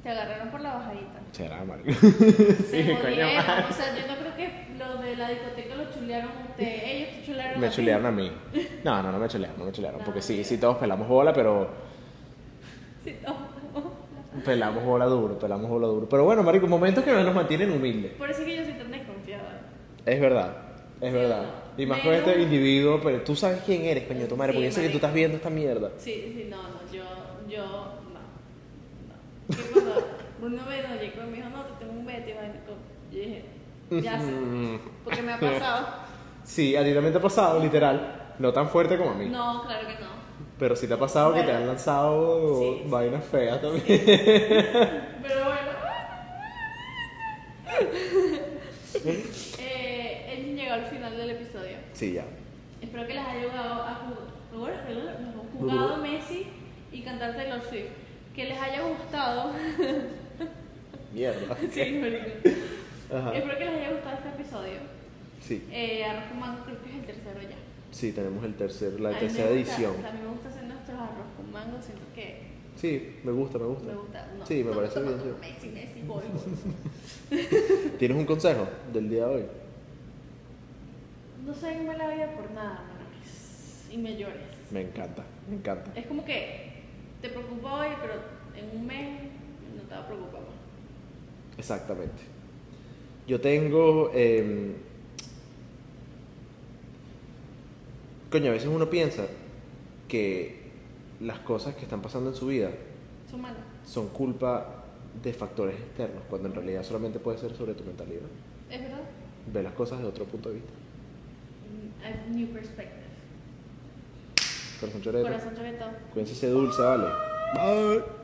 [SPEAKER 2] Te agarraron por la bajadita.
[SPEAKER 1] será, marico.
[SPEAKER 2] Se
[SPEAKER 1] coño,
[SPEAKER 2] jodieron.
[SPEAKER 1] madre.
[SPEAKER 2] O sea, yo no creo que los de la discoteca lo chulearon a usted. Ellos te chulearon a
[SPEAKER 1] Me
[SPEAKER 2] ti.
[SPEAKER 1] chulearon a mí. No, no, no me chulearon, no me chulearon.
[SPEAKER 2] No,
[SPEAKER 1] Porque sí,
[SPEAKER 2] mira.
[SPEAKER 1] sí, todos pelamos bola, pero
[SPEAKER 2] Sí, no.
[SPEAKER 1] Pelamos bola duro, pelamos bola duro. Pero bueno, marico, momentos que nos mantienen humildes.
[SPEAKER 2] Por eso es que yo soy tan desconfiada.
[SPEAKER 1] Es verdad, es
[SPEAKER 2] Sí,
[SPEAKER 1] verdad.
[SPEAKER 2] no.
[SPEAKER 1] Y más con este
[SPEAKER 2] Pero-
[SPEAKER 1] individuo, pero tú sabes quién eres, coño, tu madre,
[SPEAKER 2] Sí,
[SPEAKER 1] porque yo sé que tú
[SPEAKER 2] marico.
[SPEAKER 1] estás viendo esta mierda.
[SPEAKER 2] Sí, sí, no, no, yo, yo, no. no. Que cuando Bruno me no llegó y me dijo, no, te tengo un vete, marico. Yo dije, ya sé,
[SPEAKER 1] [laughs]
[SPEAKER 2] porque me ha pasado.
[SPEAKER 1] Sí, a ti también te ha pasado, literal. No tan fuerte como a mí.
[SPEAKER 2] No, claro que no.
[SPEAKER 1] Pero sí te ha pasado que te
[SPEAKER 2] Bueno.
[SPEAKER 1] han lanzado
[SPEAKER 2] Sí.
[SPEAKER 1] vainas feas también. [laughs]
[SPEAKER 2] Pero bueno. eh, él llegó al final del episodio.
[SPEAKER 1] Sí, ya.
[SPEAKER 2] Espero que les haya jugado a jugar, jugado a Messi y cantar Taylor Swift. Que les haya gustado. [laughs]
[SPEAKER 1] Mierda.
[SPEAKER 2] sí, marico.
[SPEAKER 1] Ajá.
[SPEAKER 2] Espero que les haya gustado este episodio.
[SPEAKER 1] Sí,
[SPEAKER 2] Eh, arroz con mango creo que es el tercero ya.
[SPEAKER 1] sí, tenemos el tercer,
[SPEAKER 2] A
[SPEAKER 1] la
[SPEAKER 2] mí me
[SPEAKER 1] tercera
[SPEAKER 2] gusta-
[SPEAKER 1] edición.
[SPEAKER 2] o sea, a mí me gusta hacer nuestros arroz con mango, siento que
[SPEAKER 1] Sí, me gusta, me gusta.
[SPEAKER 2] me gusta. No,
[SPEAKER 1] sí, me
[SPEAKER 2] no,
[SPEAKER 1] parece
[SPEAKER 2] no,
[SPEAKER 1] bien.
[SPEAKER 2] no,
[SPEAKER 1] sí.
[SPEAKER 2] Messi, Messi, voy, voy.
[SPEAKER 1] ¿Tienes un consejo del día de hoy?
[SPEAKER 2] No se me la vida por nada, mames. Y me llores.
[SPEAKER 1] Me encanta, me encanta.
[SPEAKER 2] Es como que te preocupa hoy, pero en un mes no te va a preocupar más.
[SPEAKER 1] Exactamente. Yo tengo. eh, Coño, a veces uno piensa que las cosas que están pasando en su vida
[SPEAKER 2] Son malas.
[SPEAKER 1] son culpa de factores externos, cuando en realidad solamente puede ser sobre tu mentalidad.
[SPEAKER 2] ¿Es verdad?
[SPEAKER 1] Ve las cosas de otro punto de vista.
[SPEAKER 2] Mm, a new perspective.
[SPEAKER 1] Corazón chorero.
[SPEAKER 2] Corazón choretón.
[SPEAKER 1] Cuídense ese dulce, vale. Bye.